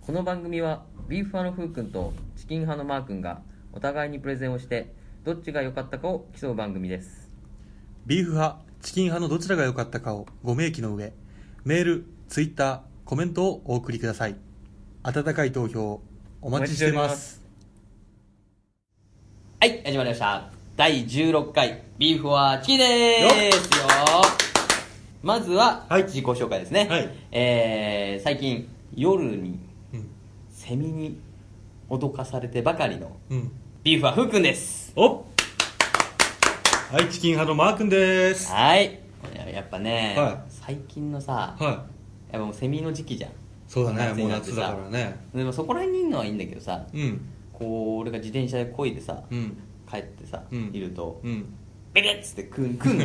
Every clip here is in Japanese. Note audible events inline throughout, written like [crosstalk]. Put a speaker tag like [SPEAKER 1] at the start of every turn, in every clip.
[SPEAKER 1] この番組はビーフ派のふうくんとチキン派のマーくんがお互いにプレゼンをしてどっちが良かったかを競う番組です
[SPEAKER 2] ビーフ派、チキン派のどちらが良かったかをご明記の上、メール、ツイッター、コメントをお送りください。温かい投票、お待ちしてます。
[SPEAKER 3] はい、始まりました。第16回、ビーフはチキンでーすよまずは、
[SPEAKER 2] はい
[SPEAKER 3] 自己紹介ですね。
[SPEAKER 2] はい
[SPEAKER 3] えー、最近、夜に、
[SPEAKER 2] うん。
[SPEAKER 3] セミに脅かされてばかりの、
[SPEAKER 2] うん。
[SPEAKER 3] ビーフはふっくんです。
[SPEAKER 2] おはい、チキン派のマー君です。
[SPEAKER 3] はい。やっぱね、
[SPEAKER 2] は
[SPEAKER 3] 最近のさ、
[SPEAKER 2] は
[SPEAKER 3] やっぱもうセミの時期じゃん。
[SPEAKER 2] い。そうだね、
[SPEAKER 3] 夏
[SPEAKER 2] も
[SPEAKER 3] に
[SPEAKER 2] う
[SPEAKER 3] なって
[SPEAKER 2] 夏
[SPEAKER 3] さ
[SPEAKER 2] だからね。
[SPEAKER 3] でもそこら辺にいるのはいいんだけどさ、
[SPEAKER 2] うん。
[SPEAKER 3] こう、俺が自転車で漕いでさ、
[SPEAKER 2] うん。
[SPEAKER 3] 帰ってさ、
[SPEAKER 2] うん
[SPEAKER 3] いると、
[SPEAKER 2] うん。
[SPEAKER 3] ビリッつってく
[SPEAKER 2] [laughs]
[SPEAKER 3] ん、くん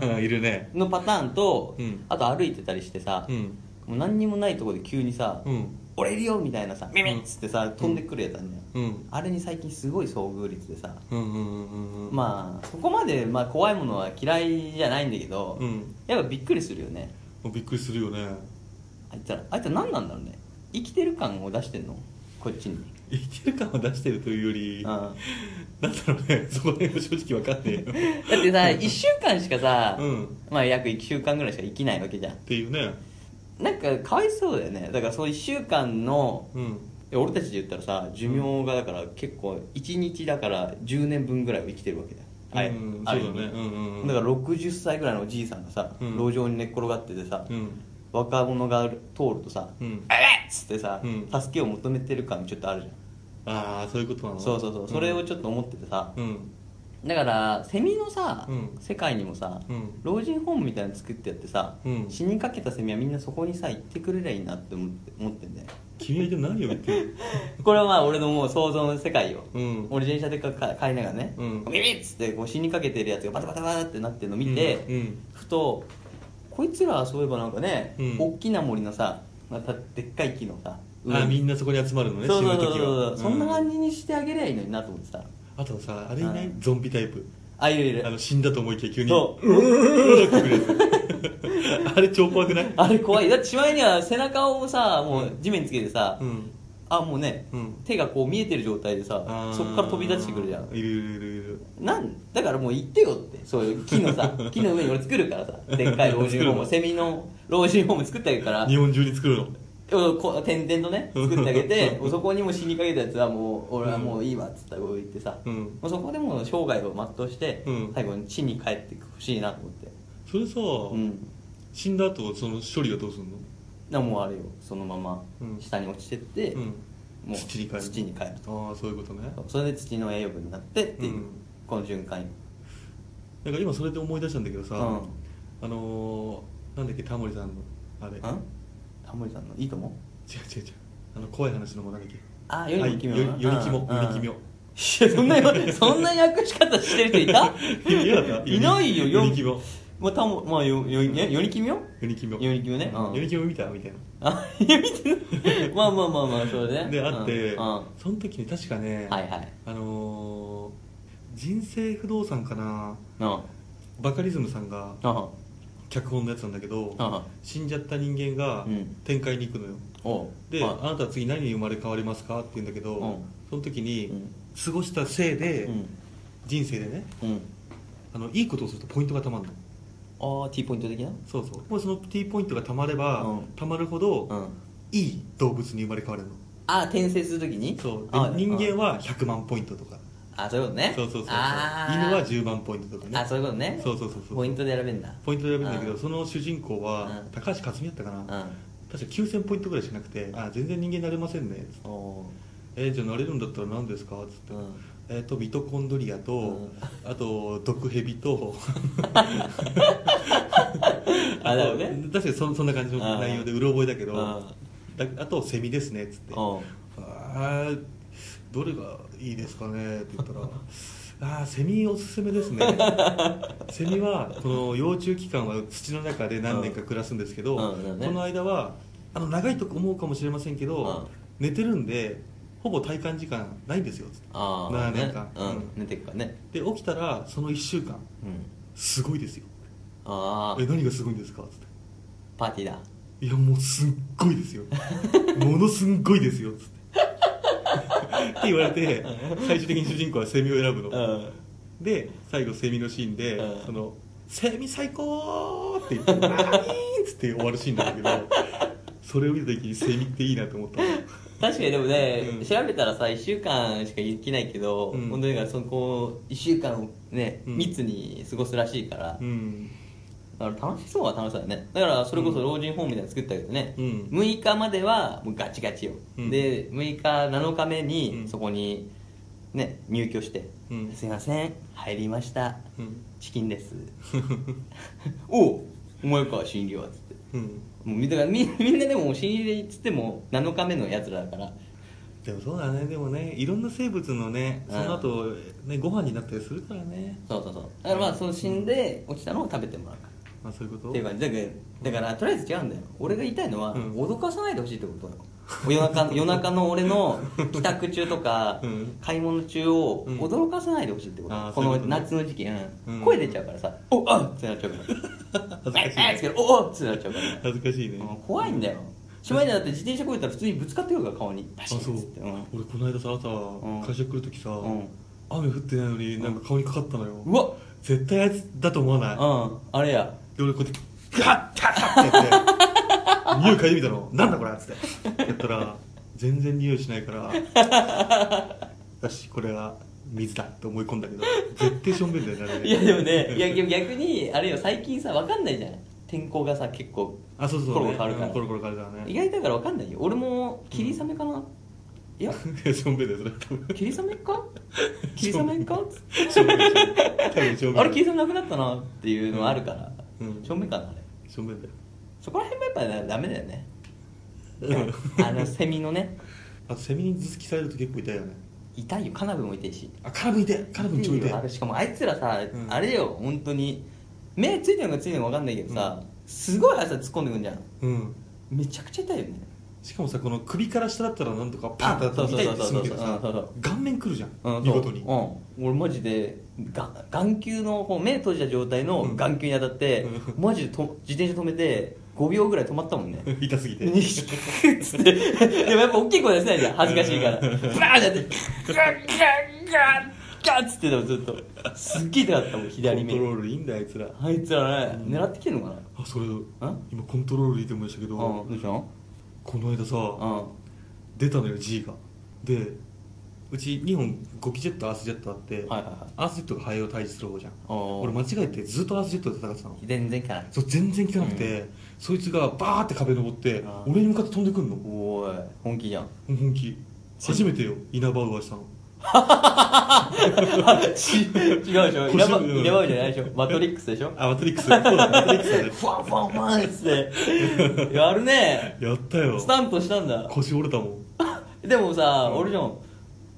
[SPEAKER 3] の
[SPEAKER 2] いるね。
[SPEAKER 3] のパターンと、
[SPEAKER 2] うん
[SPEAKER 3] あと歩いてたりしてさ、
[SPEAKER 2] うん。
[SPEAKER 3] もう何にもないところで急にさ「
[SPEAKER 2] うん。
[SPEAKER 3] 俺いるよ」みたいなさ「ミミッ」つってさ飛んでくるやつあんだよ、
[SPEAKER 2] うん。
[SPEAKER 3] あれに最近すごい遭遇率でさ
[SPEAKER 2] うんうんうんうん。
[SPEAKER 3] まあそこまで、まあ、怖いものは嫌いじゃないんだけど、
[SPEAKER 2] うん。
[SPEAKER 3] やっぱびっくりするよね
[SPEAKER 2] もうびっくりするよね。
[SPEAKER 3] あいつらあいつら何なんだろうね生きてる感を出してんのこっちに
[SPEAKER 2] 生きる感を出してるというより、
[SPEAKER 3] うん
[SPEAKER 2] なんだろうね、そこら辺は正直わかんねえよ。
[SPEAKER 3] だってさ1週間しかさ、
[SPEAKER 2] うん
[SPEAKER 3] まあ約1週間ぐらいしか生きないわけじゃん
[SPEAKER 2] っていうね。
[SPEAKER 3] なんかかわいそうだよねだからそう1週間の
[SPEAKER 2] うん。
[SPEAKER 3] いや俺たちで言ったらさ寿命がだから結構1日だから10年分ぐらいを生きてるわけだよ、あれ
[SPEAKER 2] うん
[SPEAKER 3] ある意味
[SPEAKER 2] そうだねうんうんうん
[SPEAKER 3] だから60歳ぐらいのおじいさんがさ、
[SPEAKER 2] うん
[SPEAKER 3] 路上に寝っ転がっててさ、
[SPEAKER 2] うん。
[SPEAKER 3] 若者が通るとさ「
[SPEAKER 2] うん
[SPEAKER 3] あれ!」っつってさ、
[SPEAKER 2] うん
[SPEAKER 3] 助けを求めてる感ちょっとあるじゃ
[SPEAKER 2] ああ、そういうことなんの
[SPEAKER 3] そうそうそう、それを
[SPEAKER 2] ょ
[SPEAKER 3] ちょっと思っててさ、
[SPEAKER 2] うん。
[SPEAKER 3] だからセミのさ、
[SPEAKER 2] うん
[SPEAKER 3] 世界にもさ、
[SPEAKER 2] うん
[SPEAKER 3] 老人ホームみたいなの作ってやってさ、
[SPEAKER 2] うん
[SPEAKER 3] 死にかけたセミはみんなそこにさ行ってくれりゃいいなって思って思ってんだよ
[SPEAKER 2] 君は一体何を言ってる
[SPEAKER 3] これはまあ俺のもう想像の世界よ、
[SPEAKER 2] うん
[SPEAKER 3] 俺自転車でかか買いながらね、
[SPEAKER 2] うん
[SPEAKER 3] ビビッつってこう死にかけてるやつがバタバタバタってなってるの見て、
[SPEAKER 2] うんうん
[SPEAKER 3] ふとこいつらはそういえばなんかね、
[SPEAKER 2] うん
[SPEAKER 3] 大きな森のさまたでっかい木のさ
[SPEAKER 2] ああ、みん
[SPEAKER 3] な
[SPEAKER 2] なそこに集まるのね、
[SPEAKER 3] そうそう
[SPEAKER 2] 死ぬ
[SPEAKER 3] そう
[SPEAKER 2] 時
[SPEAKER 3] そう、
[SPEAKER 2] は。
[SPEAKER 3] そんな感
[SPEAKER 2] じ。
[SPEAKER 3] じにしてあげりゃいいのになと思ってさ
[SPEAKER 2] あとさ、あれいな
[SPEAKER 3] う
[SPEAKER 2] い
[SPEAKER 3] ん
[SPEAKER 2] ゾンビタイプ。
[SPEAKER 3] あいるいる
[SPEAKER 2] あの、死んだと思いきや急に。
[SPEAKER 3] そう
[SPEAKER 2] うーって来るや
[SPEAKER 3] [laughs]
[SPEAKER 2] つあれ超怖くない
[SPEAKER 3] あれ怖いだってしまいには背中をさもう地面につけてさ、
[SPEAKER 2] うん。
[SPEAKER 3] あもうね、
[SPEAKER 2] うん
[SPEAKER 3] 手がこう見えてる状態でさ
[SPEAKER 2] あー
[SPEAKER 3] そこから飛び出してくるじゃん
[SPEAKER 2] いるいるいるいる。
[SPEAKER 3] なんだからもう行ってよってそういう木の
[SPEAKER 2] [laughs]
[SPEAKER 3] さ木の上に俺作るからさでっかい老人ホームを
[SPEAKER 2] 作
[SPEAKER 3] セミの老人ホーム作ってあげるから
[SPEAKER 2] 日本中に作るの。
[SPEAKER 3] うんこう点々とね作ってあげて
[SPEAKER 2] うん
[SPEAKER 3] そこにも死にかけたやつはもう俺はもういいわっつったらこう言ってさ、
[SPEAKER 2] うん
[SPEAKER 3] もうそこでもう生涯を全うして、
[SPEAKER 2] うん
[SPEAKER 3] 最後に地に帰ってほしいなと思って
[SPEAKER 2] それさ、
[SPEAKER 3] うん
[SPEAKER 2] 死んだ後、その処理はどうすんの
[SPEAKER 3] だからもうあれよそのまま
[SPEAKER 2] うん
[SPEAKER 3] 下に落ちてって、
[SPEAKER 2] うん。
[SPEAKER 3] もう
[SPEAKER 2] 土に帰る。
[SPEAKER 3] 土に帰ると
[SPEAKER 2] ああ、そういうことね。
[SPEAKER 3] それで土の栄養分になってっていう、
[SPEAKER 2] うん
[SPEAKER 3] この循環よ
[SPEAKER 2] なんか今それで思い出したんだけどさ、
[SPEAKER 3] うん
[SPEAKER 2] あのー、なんだっけタモリさんのあれ違う違
[SPEAKER 3] んタモリさんのいいと思う
[SPEAKER 2] う違うあの怖い話のもなんだっけ
[SPEAKER 3] あー、よりも奇妙な。
[SPEAKER 2] はいよより奇妙
[SPEAKER 3] うん
[SPEAKER 2] より奇妙
[SPEAKER 3] うん
[SPEAKER 2] [laughs]
[SPEAKER 3] いや、そんな、そんな訳し方してる人いた
[SPEAKER 2] いやだ
[SPEAKER 3] [laughs] いないよ、
[SPEAKER 2] より奇妙
[SPEAKER 3] よまあ、たも、まあ、よ、よ、ねより奇妙よ
[SPEAKER 2] ユニキモ
[SPEAKER 3] より奇妙ね。うん
[SPEAKER 2] ユニキモ見たみたい
[SPEAKER 3] あ、見て
[SPEAKER 2] [laughs]
[SPEAKER 3] るまあまあまあまあ、それで
[SPEAKER 2] な
[SPEAKER 3] ね。
[SPEAKER 2] であって、
[SPEAKER 3] うんうん
[SPEAKER 2] その時に確かね、
[SPEAKER 3] はいはい
[SPEAKER 2] あのー、人生不動産かな
[SPEAKER 3] うん
[SPEAKER 2] バカリズムさんが
[SPEAKER 3] うん
[SPEAKER 2] 脚本のやつなんだけど、
[SPEAKER 3] うん
[SPEAKER 2] 死んじゃった人間が
[SPEAKER 3] うん
[SPEAKER 2] 展開に行くのよ、
[SPEAKER 3] おう
[SPEAKER 2] で、
[SPEAKER 3] は
[SPEAKER 2] あなたは次何に生まれ変わりますかって言うんだけど、
[SPEAKER 3] うん
[SPEAKER 2] その時に、
[SPEAKER 3] うん
[SPEAKER 2] 過ごしたせいで、
[SPEAKER 3] いうん。
[SPEAKER 2] 人生でね
[SPEAKER 3] うん。
[SPEAKER 2] あのいいことをするとポイントがたまるの
[SPEAKER 3] ああ、T ポイント的な
[SPEAKER 2] そうそうもうその T ポイントがたまれば、
[SPEAKER 3] うん
[SPEAKER 2] たまるほど、
[SPEAKER 3] うん。
[SPEAKER 2] いい動物に生まれ変われるの
[SPEAKER 3] ああ、転生するときに
[SPEAKER 2] そう
[SPEAKER 3] あー
[SPEAKER 2] で人間
[SPEAKER 3] うん
[SPEAKER 2] は100万ポイントとか
[SPEAKER 3] あ、そういうことね。
[SPEAKER 2] そうそうそうそう犬
[SPEAKER 3] あー
[SPEAKER 2] は10万ポイントとかね
[SPEAKER 3] あ、そういうことね。
[SPEAKER 2] そうそうそうそう
[SPEAKER 3] ポイントで選べんだ。
[SPEAKER 2] ポイントで選べるんだけ
[SPEAKER 3] う
[SPEAKER 2] どその主人公は
[SPEAKER 3] うん
[SPEAKER 2] 高橋克実だったかな
[SPEAKER 3] うん。
[SPEAKER 2] 確か9000ポイントぐらいしかなくて「あ全然人間になれませんね」つって
[SPEAKER 3] お
[SPEAKER 2] えーじゃあなれるんだったら何ですか?」っつって、
[SPEAKER 3] うん
[SPEAKER 2] えーとミトコンドリアと、
[SPEAKER 3] うん
[SPEAKER 2] あと毒蛇と
[SPEAKER 3] あだよね
[SPEAKER 2] と確かにそそんな感じの内容でうろ覚えだけど
[SPEAKER 3] あ
[SPEAKER 2] だあとセミですねっつって
[SPEAKER 3] おう
[SPEAKER 2] あーどれがいいですかねって言ったらあーセミおすすめ
[SPEAKER 3] [laughs]
[SPEAKER 2] ですねセミはこの幼虫期間は土の中で何年か暮らすんですけど、
[SPEAKER 3] うんうんだよ
[SPEAKER 2] こ
[SPEAKER 3] ね
[SPEAKER 2] の間はあの長いと思うかもしれませんけど、寝てるんでほぼ体感時間ないんですよつって
[SPEAKER 3] あ
[SPEAKER 2] な
[SPEAKER 3] あ、
[SPEAKER 2] ん
[SPEAKER 3] ね
[SPEAKER 2] か、
[SPEAKER 3] うん、寝てっからね。
[SPEAKER 2] で起きたらその1週間
[SPEAKER 3] うん。
[SPEAKER 2] すごいですよ
[SPEAKER 3] ああ
[SPEAKER 2] え、何がすごいんですかつって
[SPEAKER 3] パーティーだ。
[SPEAKER 2] いやもうすっごいで
[SPEAKER 3] [laughs]
[SPEAKER 2] すよものすんごいですよ」つってって言われて最終的に主人公はセミを選ぶの、
[SPEAKER 3] うん
[SPEAKER 2] で最後セミのシーンで、
[SPEAKER 3] うん
[SPEAKER 2] その「セミ最高!」って言って「あーいーん!」っつって終わるシーンなんだけどそれを見た時にセミっていいなと思ったの
[SPEAKER 3] 確かにでもね、
[SPEAKER 2] うん
[SPEAKER 3] 調べたらさ1週間しかできないけど、
[SPEAKER 2] うん
[SPEAKER 3] 本当にだからそこ1週間をね、
[SPEAKER 2] うん
[SPEAKER 3] 密に過ごすらしいから、
[SPEAKER 2] うん
[SPEAKER 3] だから楽しそうは楽しそうだねだからそれこそ老人ホームみたいなの作ったけどね、
[SPEAKER 2] うん
[SPEAKER 3] 6日まではもうガチガチよ、
[SPEAKER 2] うん
[SPEAKER 3] で6日7日目
[SPEAKER 2] う
[SPEAKER 3] に
[SPEAKER 2] ん
[SPEAKER 3] そこにね入居して、
[SPEAKER 2] うん
[SPEAKER 3] すいません入りました
[SPEAKER 2] うん
[SPEAKER 3] チキン
[SPEAKER 2] [laughs]
[SPEAKER 3] ですおうお前か新入りはっつって
[SPEAKER 2] うん
[SPEAKER 3] もうみんなみみんなでも新入りっつっても7日目のやつらだから
[SPEAKER 2] でもそうだねでもねいろんな生物のねその後、ねご飯になったりするからね
[SPEAKER 3] そうそうそうだからまあその死んで落ちたのを食べてもらうか
[SPEAKER 2] まあそういうこと
[SPEAKER 3] っていう感じだけどだからとりあえず違うんだよ俺が言いたいのは、
[SPEAKER 2] うん
[SPEAKER 3] 脅かさないでほしいってことよ夜
[SPEAKER 2] [laughs]
[SPEAKER 3] 中夜中の俺の帰宅中とか、
[SPEAKER 2] うん
[SPEAKER 3] 買い物中を
[SPEAKER 2] うん
[SPEAKER 3] 驚かさないでほしいってこと、
[SPEAKER 2] あー
[SPEAKER 3] こ
[SPEAKER 2] そう
[SPEAKER 3] の
[SPEAKER 2] いうことね
[SPEAKER 3] 夏の時期、うん
[SPEAKER 2] うん
[SPEAKER 3] 声出ちゃうからさ「おあっ!」ってなっちゃうから「
[SPEAKER 2] 恥ずかしい
[SPEAKER 3] えっ!」っておおっ!」ってなっちゃうから、
[SPEAKER 2] 恥ずかしいね
[SPEAKER 3] うん怖いんだよしまいにだって自転車こいたら普通にぶつかってくるから顔にバ
[SPEAKER 2] あ
[SPEAKER 3] シ
[SPEAKER 2] そう
[SPEAKER 3] ッつってうん
[SPEAKER 2] 俺この間さ朝、
[SPEAKER 3] ん
[SPEAKER 2] 会社来る時さ、
[SPEAKER 3] ん
[SPEAKER 2] 雨降ってないのになんか顔にかかったのよ、
[SPEAKER 3] うわっ
[SPEAKER 2] 絶対あいつだと思わない、
[SPEAKER 3] うんあれや
[SPEAKER 2] で俺こうやってガッタッってやって匂い嗅いでみたのなんだこれっつってやったら全然匂いしないからよしこれは水だって思い込んだけど絶対しょんべんだよねあれね
[SPEAKER 3] いやでもねいやでも逆にあれよ最近さ分かんないじゃん天候がさ結構
[SPEAKER 2] あそうそう、ね、
[SPEAKER 3] コロコロ変わるから
[SPEAKER 2] うんコロコロ変わるから
[SPEAKER 3] 意
[SPEAKER 2] ね
[SPEAKER 3] 外だから分かんないよ俺も霧雨かな、いや
[SPEAKER 2] いや [laughs] しょんべんだよそれ
[SPEAKER 3] [laughs]
[SPEAKER 2] 多分
[SPEAKER 3] 霧雨
[SPEAKER 2] [laughs]
[SPEAKER 3] か霧雨かつって
[SPEAKER 2] しょんべん多分しょんべん
[SPEAKER 3] あれ霧雨なくなったなっていうのはあるから、
[SPEAKER 2] うん
[SPEAKER 3] 正面かなあれ
[SPEAKER 2] しょんべんだよ
[SPEAKER 3] そこら辺もやっぱダメだよね
[SPEAKER 2] うん
[SPEAKER 3] あのセミのね
[SPEAKER 2] あとセミに頭突きされると結構痛いよね
[SPEAKER 3] 痛いよカナブンも痛いし
[SPEAKER 2] あカナブン痛いカナブン超痛い
[SPEAKER 3] あれしかもあいつらさ、
[SPEAKER 2] うん
[SPEAKER 3] あれよ本当に目ついてるのかついてるのか分かんないけどさ、すごい速さで突っ込んでくんじゃん
[SPEAKER 2] うん
[SPEAKER 3] めちゃくちゃ痛いよね
[SPEAKER 2] しかもさこの首から下だったらなんとかパンって当たって痛いって済むけどさ
[SPEAKER 3] そうそうそうそう
[SPEAKER 2] 顔面くるじゃ
[SPEAKER 3] うん
[SPEAKER 2] ん見事に
[SPEAKER 3] そううん、俺マジでが眼球のこう目閉じた状態
[SPEAKER 2] う
[SPEAKER 3] の
[SPEAKER 2] ん
[SPEAKER 3] 眼球に当たって、
[SPEAKER 2] う
[SPEAKER 3] マジでと自転車止めて5秒ぐらい止まったもん [laughs] ね
[SPEAKER 2] 痛すぎて
[SPEAKER 3] にしっつってでもやっぱ大きい声出せないじゃん恥ずかしいからブラーってやってガッガッガッガッっつってたもんずっとすっげえ痛かったもん左
[SPEAKER 2] コント
[SPEAKER 3] 目
[SPEAKER 2] ロールいいんだよあいつら
[SPEAKER 3] あいつらね、
[SPEAKER 2] うん
[SPEAKER 3] 狙ってきてんのかな
[SPEAKER 2] あそれ
[SPEAKER 3] ん
[SPEAKER 2] 今コントロールいいと思いましたけど
[SPEAKER 3] うんどうしたの
[SPEAKER 2] この間さ出たのよ G がでうち2本ゴキジェットアースジェットあって
[SPEAKER 3] うんはいはいはい
[SPEAKER 2] アースジェットがハエを退治する方じゃん
[SPEAKER 3] おー
[SPEAKER 2] 俺間違えてずっとアースジェットで戦ってたの
[SPEAKER 3] 全然いかない
[SPEAKER 2] そう全然効かなくてそいつがバーって壁登って
[SPEAKER 3] あー
[SPEAKER 2] 俺に向かって飛んでくんの
[SPEAKER 3] おい本
[SPEAKER 2] [laughs]
[SPEAKER 3] 気じゃん
[SPEAKER 2] 本気初めてよ稲葉をしたの
[SPEAKER 3] ち違うでしょ稲葉稲葉じゃないでしょマトリックスでしょ
[SPEAKER 2] あマトリックスそうだ
[SPEAKER 3] [laughs]
[SPEAKER 2] マトリックスだね
[SPEAKER 3] ファンファンファンっつってやるね
[SPEAKER 2] やったよ
[SPEAKER 3] スタンプしたんだ
[SPEAKER 2] 腰折れたもん
[SPEAKER 3] でもさ、
[SPEAKER 2] うん
[SPEAKER 3] 俺じゃん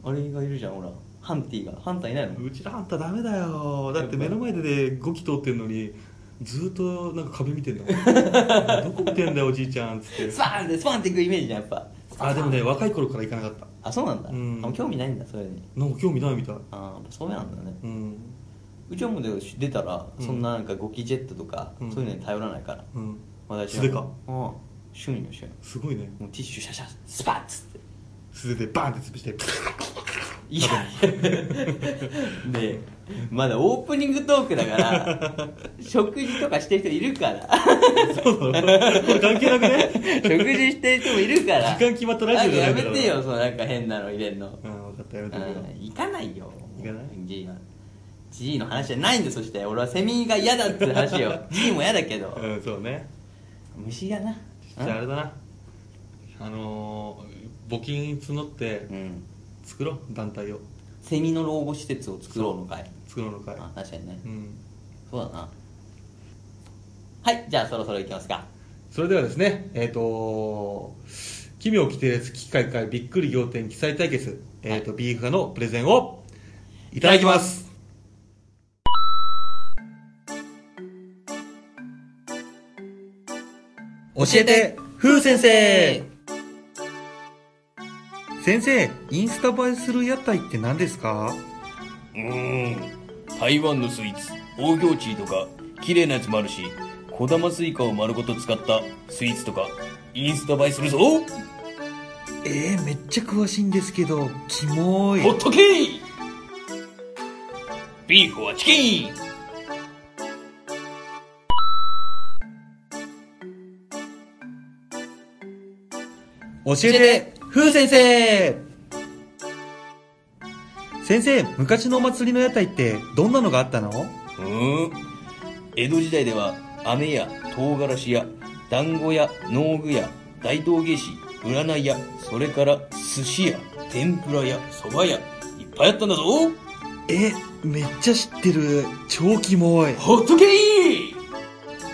[SPEAKER 3] あれがいるじゃんほらハンティがハンターいないの
[SPEAKER 2] うちらあんたダメだよだって目の前でで5機通ってんのにずっとなんか壁見てんだ
[SPEAKER 3] [laughs]
[SPEAKER 2] もんどこ見てんだよおじいちゃんっつって
[SPEAKER 3] スパーンってスパーンっていくイメージじゃんやっぱ
[SPEAKER 2] あでもね若い頃から行かなかった
[SPEAKER 3] あそうなんだ、
[SPEAKER 2] うん
[SPEAKER 3] あも興味ないんだそれに
[SPEAKER 2] なんか興味ないみたい
[SPEAKER 3] ああそうなんだね
[SPEAKER 2] うん
[SPEAKER 3] うちはもう出たら、
[SPEAKER 2] うん
[SPEAKER 3] そんななんかゴキジェットとか、
[SPEAKER 2] うん
[SPEAKER 3] そういうのに頼らないから
[SPEAKER 2] うん
[SPEAKER 3] 私
[SPEAKER 2] 素手か
[SPEAKER 3] うん趣味の趣味
[SPEAKER 2] すごいね
[SPEAKER 3] もうティッシュシャシャスパッつって
[SPEAKER 2] 素手でバーンって潰して [laughs]
[SPEAKER 3] いやでまだオープニングトークだから食事とかしてる人いるから
[SPEAKER 2] そうなのこれ関係なく
[SPEAKER 3] [laughs]
[SPEAKER 2] ね
[SPEAKER 3] 食事してる人もいるから
[SPEAKER 2] 時間決まったラジオじゃないん
[SPEAKER 3] なんから
[SPEAKER 2] だか
[SPEAKER 3] やめてよそのなんか変なの入れんの
[SPEAKER 2] うん分かったや
[SPEAKER 3] う
[SPEAKER 2] め
[SPEAKER 3] ん
[SPEAKER 2] てくよ
[SPEAKER 3] 行かないよ
[SPEAKER 2] 行かない
[SPEAKER 3] G は G の話じゃないんだよそして俺はセミが嫌だって話
[SPEAKER 2] [laughs]
[SPEAKER 3] よ G も嫌だけど
[SPEAKER 2] うんそうね
[SPEAKER 3] 虫嫌な
[SPEAKER 2] じゃああれだなあのー募金募って
[SPEAKER 3] うん
[SPEAKER 2] 作ろう団体を
[SPEAKER 3] セミの老後施設を作ろうのかい
[SPEAKER 2] 作ろうのかい
[SPEAKER 3] あ確かにね
[SPEAKER 2] うん
[SPEAKER 3] そうだなはいじゃあそろそろ行きますか
[SPEAKER 2] それではですね、えっ、と、奇妙奇天列奇怪怪びっくり仰天記載対決、えっ、と、ビーフ化のプレゼンをいただきます。
[SPEAKER 3] 教えて
[SPEAKER 2] 風
[SPEAKER 3] 先生
[SPEAKER 2] 先生、インスタ映えする屋台って何ですか
[SPEAKER 4] うーん台湾のスイーツ大行地とか綺麗なやつもあるし
[SPEAKER 3] 小玉スイカを丸ごと使ったスイーツとかインスタ映えするぞ
[SPEAKER 4] えー、めっちゃ詳しいんですけどキモい
[SPEAKER 3] ホットケーキビーフはチキン
[SPEAKER 4] 教えて、ふう先生先生、昔のお祭りの屋台ってどんなのがあったの
[SPEAKER 3] うーん江戸時代では飴や唐辛子や団子や農具屋大道芸師占い屋それから寿司屋天ぷら屋蕎麦屋いっぱいあったんだぞ
[SPEAKER 4] え、めっちゃ知ってる。超キモい。
[SPEAKER 3] ホットケー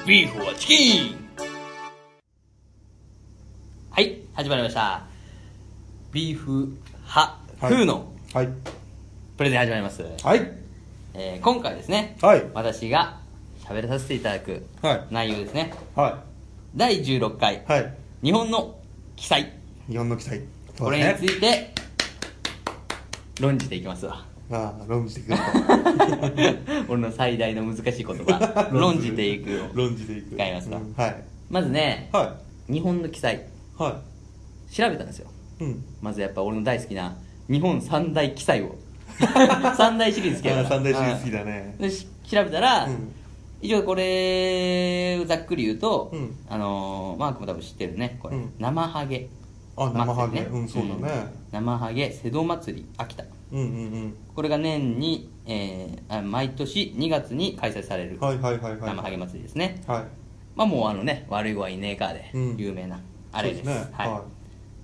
[SPEAKER 3] キビーフはチキンはい始まりましたビーフ派
[SPEAKER 2] はい
[SPEAKER 3] 風の
[SPEAKER 2] はい
[SPEAKER 3] プレゼン始まります、
[SPEAKER 2] はい
[SPEAKER 3] えー今回ですね、
[SPEAKER 2] はい
[SPEAKER 3] 私が喋らさせていただく
[SPEAKER 2] はい
[SPEAKER 3] 内容ですね
[SPEAKER 2] は
[SPEAKER 3] 第16回
[SPEAKER 2] いはい
[SPEAKER 3] 日本の記載
[SPEAKER 2] 日本の記載
[SPEAKER 3] これについて論じていきますわ
[SPEAKER 2] [laughs] まあ論じていくのか
[SPEAKER 3] 俺の最大の難しい言葉 [laughs] 論じていくよ
[SPEAKER 2] 論じていく
[SPEAKER 3] 使いますか
[SPEAKER 2] うんはい
[SPEAKER 3] まずね
[SPEAKER 2] は
[SPEAKER 3] 日本の記載
[SPEAKER 2] いは
[SPEAKER 3] 調べたんですよ
[SPEAKER 2] いうん
[SPEAKER 3] まずやっぱ俺の大好きな日本三大記載
[SPEAKER 2] [laughs]
[SPEAKER 3] を三大シリーズ好きだか
[SPEAKER 2] あ
[SPEAKER 3] ら
[SPEAKER 2] 三大シリーズ好き
[SPEAKER 3] だ
[SPEAKER 2] だね
[SPEAKER 3] でし調べたら、
[SPEAKER 2] うん
[SPEAKER 3] 一応これをざっくり言うと、
[SPEAKER 2] うん
[SPEAKER 3] あのーマークも多分知ってるねこれ、
[SPEAKER 2] うん
[SPEAKER 3] 生ハゲ
[SPEAKER 2] あ生ハ
[SPEAKER 3] 祭
[SPEAKER 2] ゲ
[SPEAKER 3] り
[SPEAKER 2] うんそうだね
[SPEAKER 3] うん生ハゲ瀬戸祭り秋田
[SPEAKER 2] うんうん
[SPEAKER 3] これが年に、えーあ毎年2月に開催され
[SPEAKER 2] う
[SPEAKER 3] る
[SPEAKER 2] んはいはいはいはい
[SPEAKER 3] 生ハゲ祭りですね、
[SPEAKER 2] は
[SPEAKER 3] まあもうあのね悪いはいねえかで
[SPEAKER 2] うん
[SPEAKER 3] 有名な、あれです
[SPEAKER 2] そうですね
[SPEAKER 3] はい
[SPEAKER 2] は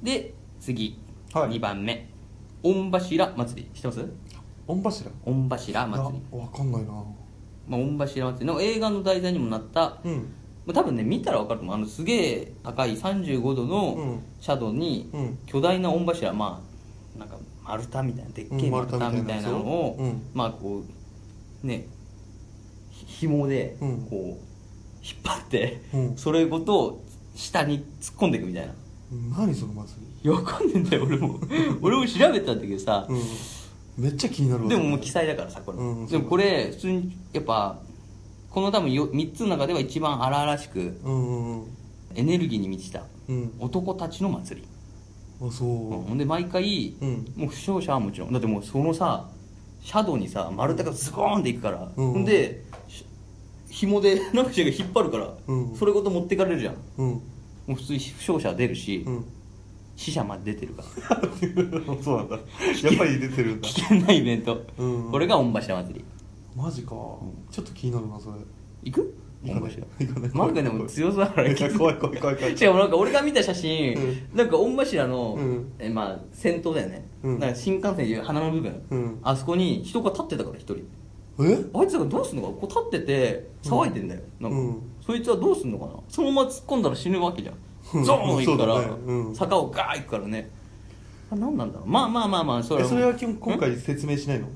[SPEAKER 3] で次、
[SPEAKER 2] はい
[SPEAKER 3] 2番目御柱祭り知ってます
[SPEAKER 2] い御柱
[SPEAKER 3] 御柱祭り
[SPEAKER 2] いやわかんないな
[SPEAKER 3] まあ、御柱祭りの映画の題材にもなった、
[SPEAKER 2] うん
[SPEAKER 3] まあ、多分ね見たら分かると思うあのすげえ高い35度
[SPEAKER 2] う
[SPEAKER 3] の
[SPEAKER 2] ん
[SPEAKER 3] シャドウに
[SPEAKER 2] うん
[SPEAKER 3] 巨大な御柱まあなんか丸太みたいなでっけえ
[SPEAKER 2] うん
[SPEAKER 3] 丸太みたいなのを、
[SPEAKER 2] 丸太みたいなやつをうん
[SPEAKER 3] まあこうねひ紐でこう
[SPEAKER 2] うん
[SPEAKER 3] 引っ張って、
[SPEAKER 2] うん
[SPEAKER 3] それごと下に突っ込んでいくみたいな。
[SPEAKER 2] 何その祭り
[SPEAKER 3] いやわかんねえんだよ俺
[SPEAKER 2] [laughs]
[SPEAKER 3] も俺も調べたんだけどさ、
[SPEAKER 2] うんめっちゃ気になるわ
[SPEAKER 3] でももう記載だからさこれ、
[SPEAKER 2] うん
[SPEAKER 3] でもこれ普通にやっぱこの多分よ3つの中では一番荒々しく
[SPEAKER 2] うんうんうん
[SPEAKER 3] エネルギーに満ちた
[SPEAKER 2] うん
[SPEAKER 3] 男たちの祭り、
[SPEAKER 2] あそう
[SPEAKER 3] うんほんで毎回、
[SPEAKER 2] うん
[SPEAKER 3] もう負傷者はもちろんだってもうそのさシャドウにさ丸太がズコーンっていくから、
[SPEAKER 2] うん
[SPEAKER 3] ほんでし紐でナクシが引っ張るから、
[SPEAKER 2] うん
[SPEAKER 3] それごと持ってかれるじゃん
[SPEAKER 2] うん
[SPEAKER 3] もう普通に負傷者は出るし、
[SPEAKER 2] うん
[SPEAKER 3] 死者まで出てるから
[SPEAKER 2] [laughs] そうなんだやっぱり出てるんだ
[SPEAKER 3] 危険なイベント、
[SPEAKER 2] うん
[SPEAKER 3] これが御柱祭り
[SPEAKER 2] マジかちょっと気になるなそれ
[SPEAKER 3] 行く
[SPEAKER 2] 行かない行かない
[SPEAKER 3] マークでも強そうだから
[SPEAKER 2] いや怖い怖い怖い怖い
[SPEAKER 3] しかもなんか俺が見た写真、
[SPEAKER 2] う
[SPEAKER 3] なんか御柱の、
[SPEAKER 2] うん
[SPEAKER 3] えまあ先頭だよね、
[SPEAKER 2] うん
[SPEAKER 3] なんか新幹線でいう鼻の部分、
[SPEAKER 2] うん
[SPEAKER 3] あそこに人が立ってたから一人
[SPEAKER 2] え
[SPEAKER 3] あいつがどうすんのかこう立ってて騒いでんだよ、なんか、
[SPEAKER 2] うん
[SPEAKER 3] そいつはどうすんのかなそのまま突っ込んだら死ぬわけじゃ
[SPEAKER 2] うん
[SPEAKER 3] んゾーン行くから、
[SPEAKER 2] そうだねうん
[SPEAKER 3] 坂をガー行くからねあ何なんだろうまあまあまあまあそれ
[SPEAKER 2] え
[SPEAKER 3] は
[SPEAKER 2] それは今日今
[SPEAKER 3] ん
[SPEAKER 2] 回説明しないの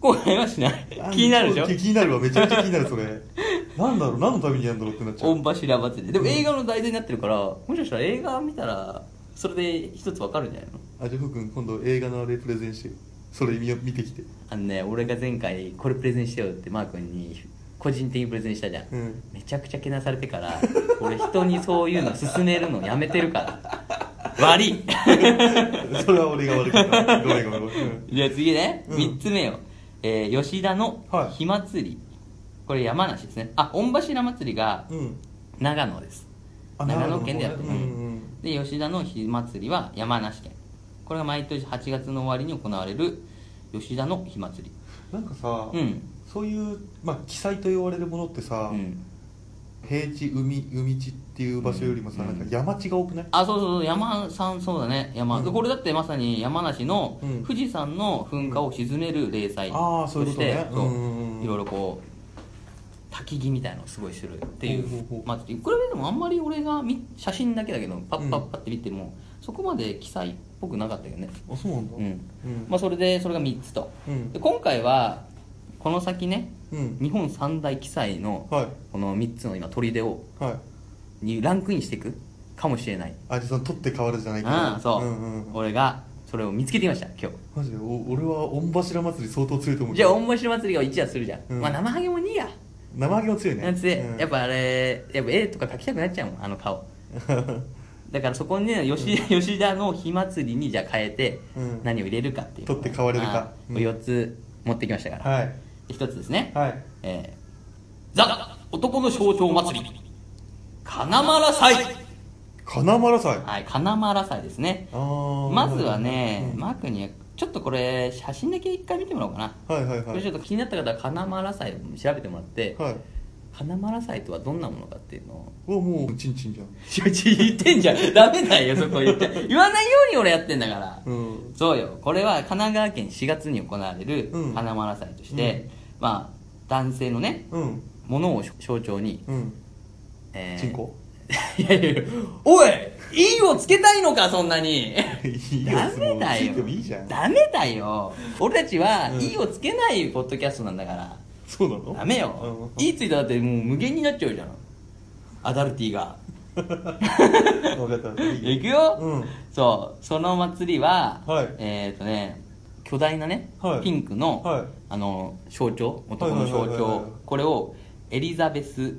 [SPEAKER 3] 今回はしない
[SPEAKER 2] あ
[SPEAKER 3] 気になるでしょ
[SPEAKER 2] ちょ気になるわめちゃめちゃ気になる
[SPEAKER 3] [laughs]
[SPEAKER 2] それなんだろう何のためにやるんだろうってなっちゃ
[SPEAKER 3] 御
[SPEAKER 2] う
[SPEAKER 3] 柱祭りでも映画の題材になってるからもしかしたら映画見たらそれで一つわかるんじゃないの
[SPEAKER 2] あじゃあふくん今度映画のあれプレゼンしてよそれ見よ見てきて [laughs]
[SPEAKER 3] あのね俺が前回これプレゼンしてよってマー君に個人的にプレゼンしたじゃん、
[SPEAKER 2] うん
[SPEAKER 3] めちゃくちゃけなされてから [laughs] 俺人にそういうの勧めるのやめてるから悪
[SPEAKER 2] [laughs]
[SPEAKER 3] い
[SPEAKER 2] それは俺が悪かったごめんごめんごめんうん
[SPEAKER 3] じゃあ次ね、
[SPEAKER 2] うん
[SPEAKER 3] 三3つ目よ、えー吉田の
[SPEAKER 2] はい
[SPEAKER 3] 火祭り、これ山梨ですねあ御柱祭りが
[SPEAKER 2] うん
[SPEAKER 3] 長野です
[SPEAKER 2] あ
[SPEAKER 3] 長
[SPEAKER 2] 長野の
[SPEAKER 3] 野
[SPEAKER 2] 方
[SPEAKER 3] 県でやってる、
[SPEAKER 2] ねうんうん
[SPEAKER 3] で吉田の火祭りは山梨県これが毎年8月の終わりに行われる吉田の火祭り
[SPEAKER 2] なんかさ、
[SPEAKER 3] うん
[SPEAKER 2] そういう、まあ、記載と言われるものってさ、
[SPEAKER 3] うん
[SPEAKER 2] 平地海海地っていう場所よりもさ、
[SPEAKER 3] うん
[SPEAKER 2] なんか山地が多くない
[SPEAKER 3] あそうそうそう山さんそうだね山、
[SPEAKER 2] うん
[SPEAKER 3] これだってまさに山梨の
[SPEAKER 2] うん
[SPEAKER 3] 富士山の噴火を沈める零細
[SPEAKER 2] あーそう
[SPEAKER 3] と
[SPEAKER 2] いうこ
[SPEAKER 3] し
[SPEAKER 2] とね
[SPEAKER 3] て
[SPEAKER 2] うん
[SPEAKER 3] そう
[SPEAKER 2] うんうん
[SPEAKER 3] いろいろこう焚き木みたいのをすごいするっていう
[SPEAKER 2] ほうほうほう
[SPEAKER 3] 祭りこれでもあんまり俺が見写真だけだけどパッパッパって見ても、そこまで記載っぽくなかったよね
[SPEAKER 2] あそうなんだ
[SPEAKER 3] うん、
[SPEAKER 2] うん
[SPEAKER 3] まあ、それでそれが3つと、
[SPEAKER 2] うん
[SPEAKER 3] で今回はこの先ね
[SPEAKER 2] うん
[SPEAKER 3] 日本三大記載の
[SPEAKER 2] はい
[SPEAKER 3] この3つの今砦を
[SPEAKER 2] はい
[SPEAKER 3] にランクインしていくかもしれない
[SPEAKER 2] あじゃあその取って変わるじゃないけど
[SPEAKER 3] ああそう、
[SPEAKER 2] んうんうん
[SPEAKER 3] 俺がそれを見つけてきました今日
[SPEAKER 2] マジでお俺は御柱祭り相当強いと思うけ
[SPEAKER 3] じゃあ
[SPEAKER 2] ど
[SPEAKER 3] 御柱祭りが1夜するじゃん、
[SPEAKER 2] うん
[SPEAKER 3] まあ生ハゲも2や
[SPEAKER 2] 生揚げも強いね
[SPEAKER 3] なんつって、
[SPEAKER 2] うん
[SPEAKER 3] やっぱあれやっぱ絵とか描きたくなっちゃうもんあの顔だからそこにね吉,、吉田の火祭りにじゃあ変えて、
[SPEAKER 2] うん
[SPEAKER 3] 何を入れるかっていうのをね
[SPEAKER 2] 取って代われるか
[SPEAKER 3] あー
[SPEAKER 2] うん
[SPEAKER 3] 4つ持ってきましたから、
[SPEAKER 2] [laughs] はい
[SPEAKER 3] 一つですね、
[SPEAKER 2] はい
[SPEAKER 3] えーザ男の象徴祭り金丸祭
[SPEAKER 2] 金丸祭あ
[SPEAKER 3] はい金丸祭ですね
[SPEAKER 2] ー
[SPEAKER 3] まずはね、
[SPEAKER 2] うん
[SPEAKER 3] マークにちょっとこれ写真だけ一回見てもらおうかな、
[SPEAKER 2] はいはい
[SPEAKER 3] こ
[SPEAKER 2] は
[SPEAKER 3] れちょ
[SPEAKER 2] い
[SPEAKER 3] っと気になった方は金丸祭を調べてもらって、
[SPEAKER 2] はい
[SPEAKER 3] 金丸祭とはどんなものかっていうのを
[SPEAKER 2] おもうチンチンじゃん
[SPEAKER 3] ちょちょ言ってんじゃんダメだよそこ言って言わないように俺やってんだから、
[SPEAKER 2] うん
[SPEAKER 3] そうよこれは神奈川県4月に行われる
[SPEAKER 2] うん
[SPEAKER 3] 花丸祭として、まあ男性のね
[SPEAKER 2] うん
[SPEAKER 3] ものを象徴に、
[SPEAKER 2] うん
[SPEAKER 3] えー
[SPEAKER 2] チンコ
[SPEAKER 3] いやいやいやおい「いい」をつけたいのかそんなに
[SPEAKER 2] いいよ
[SPEAKER 3] ダメだ
[SPEAKER 2] もうチンで
[SPEAKER 3] よ
[SPEAKER 2] もいいじゃん
[SPEAKER 3] ダメだよ俺たちは
[SPEAKER 2] う
[SPEAKER 3] 「
[SPEAKER 2] ん
[SPEAKER 3] いい」をつけないポッドキャストなんだから、
[SPEAKER 2] そうなの
[SPEAKER 3] ダメよ、
[SPEAKER 2] うん
[SPEAKER 3] いいついたらだってもう無限になっちゃうじゃんアダルティが
[SPEAKER 2] わかったいい
[SPEAKER 3] いくよ、
[SPEAKER 2] うん
[SPEAKER 3] そうその祭りは、
[SPEAKER 2] はい
[SPEAKER 3] えっ、とね巨大なね、
[SPEAKER 2] はい
[SPEAKER 3] ピンクの,、
[SPEAKER 2] はい
[SPEAKER 3] あの象徴男の
[SPEAKER 2] は
[SPEAKER 3] 象
[SPEAKER 2] いはいはいはいはい
[SPEAKER 3] 徴これをエリザベス
[SPEAKER 2] [laughs]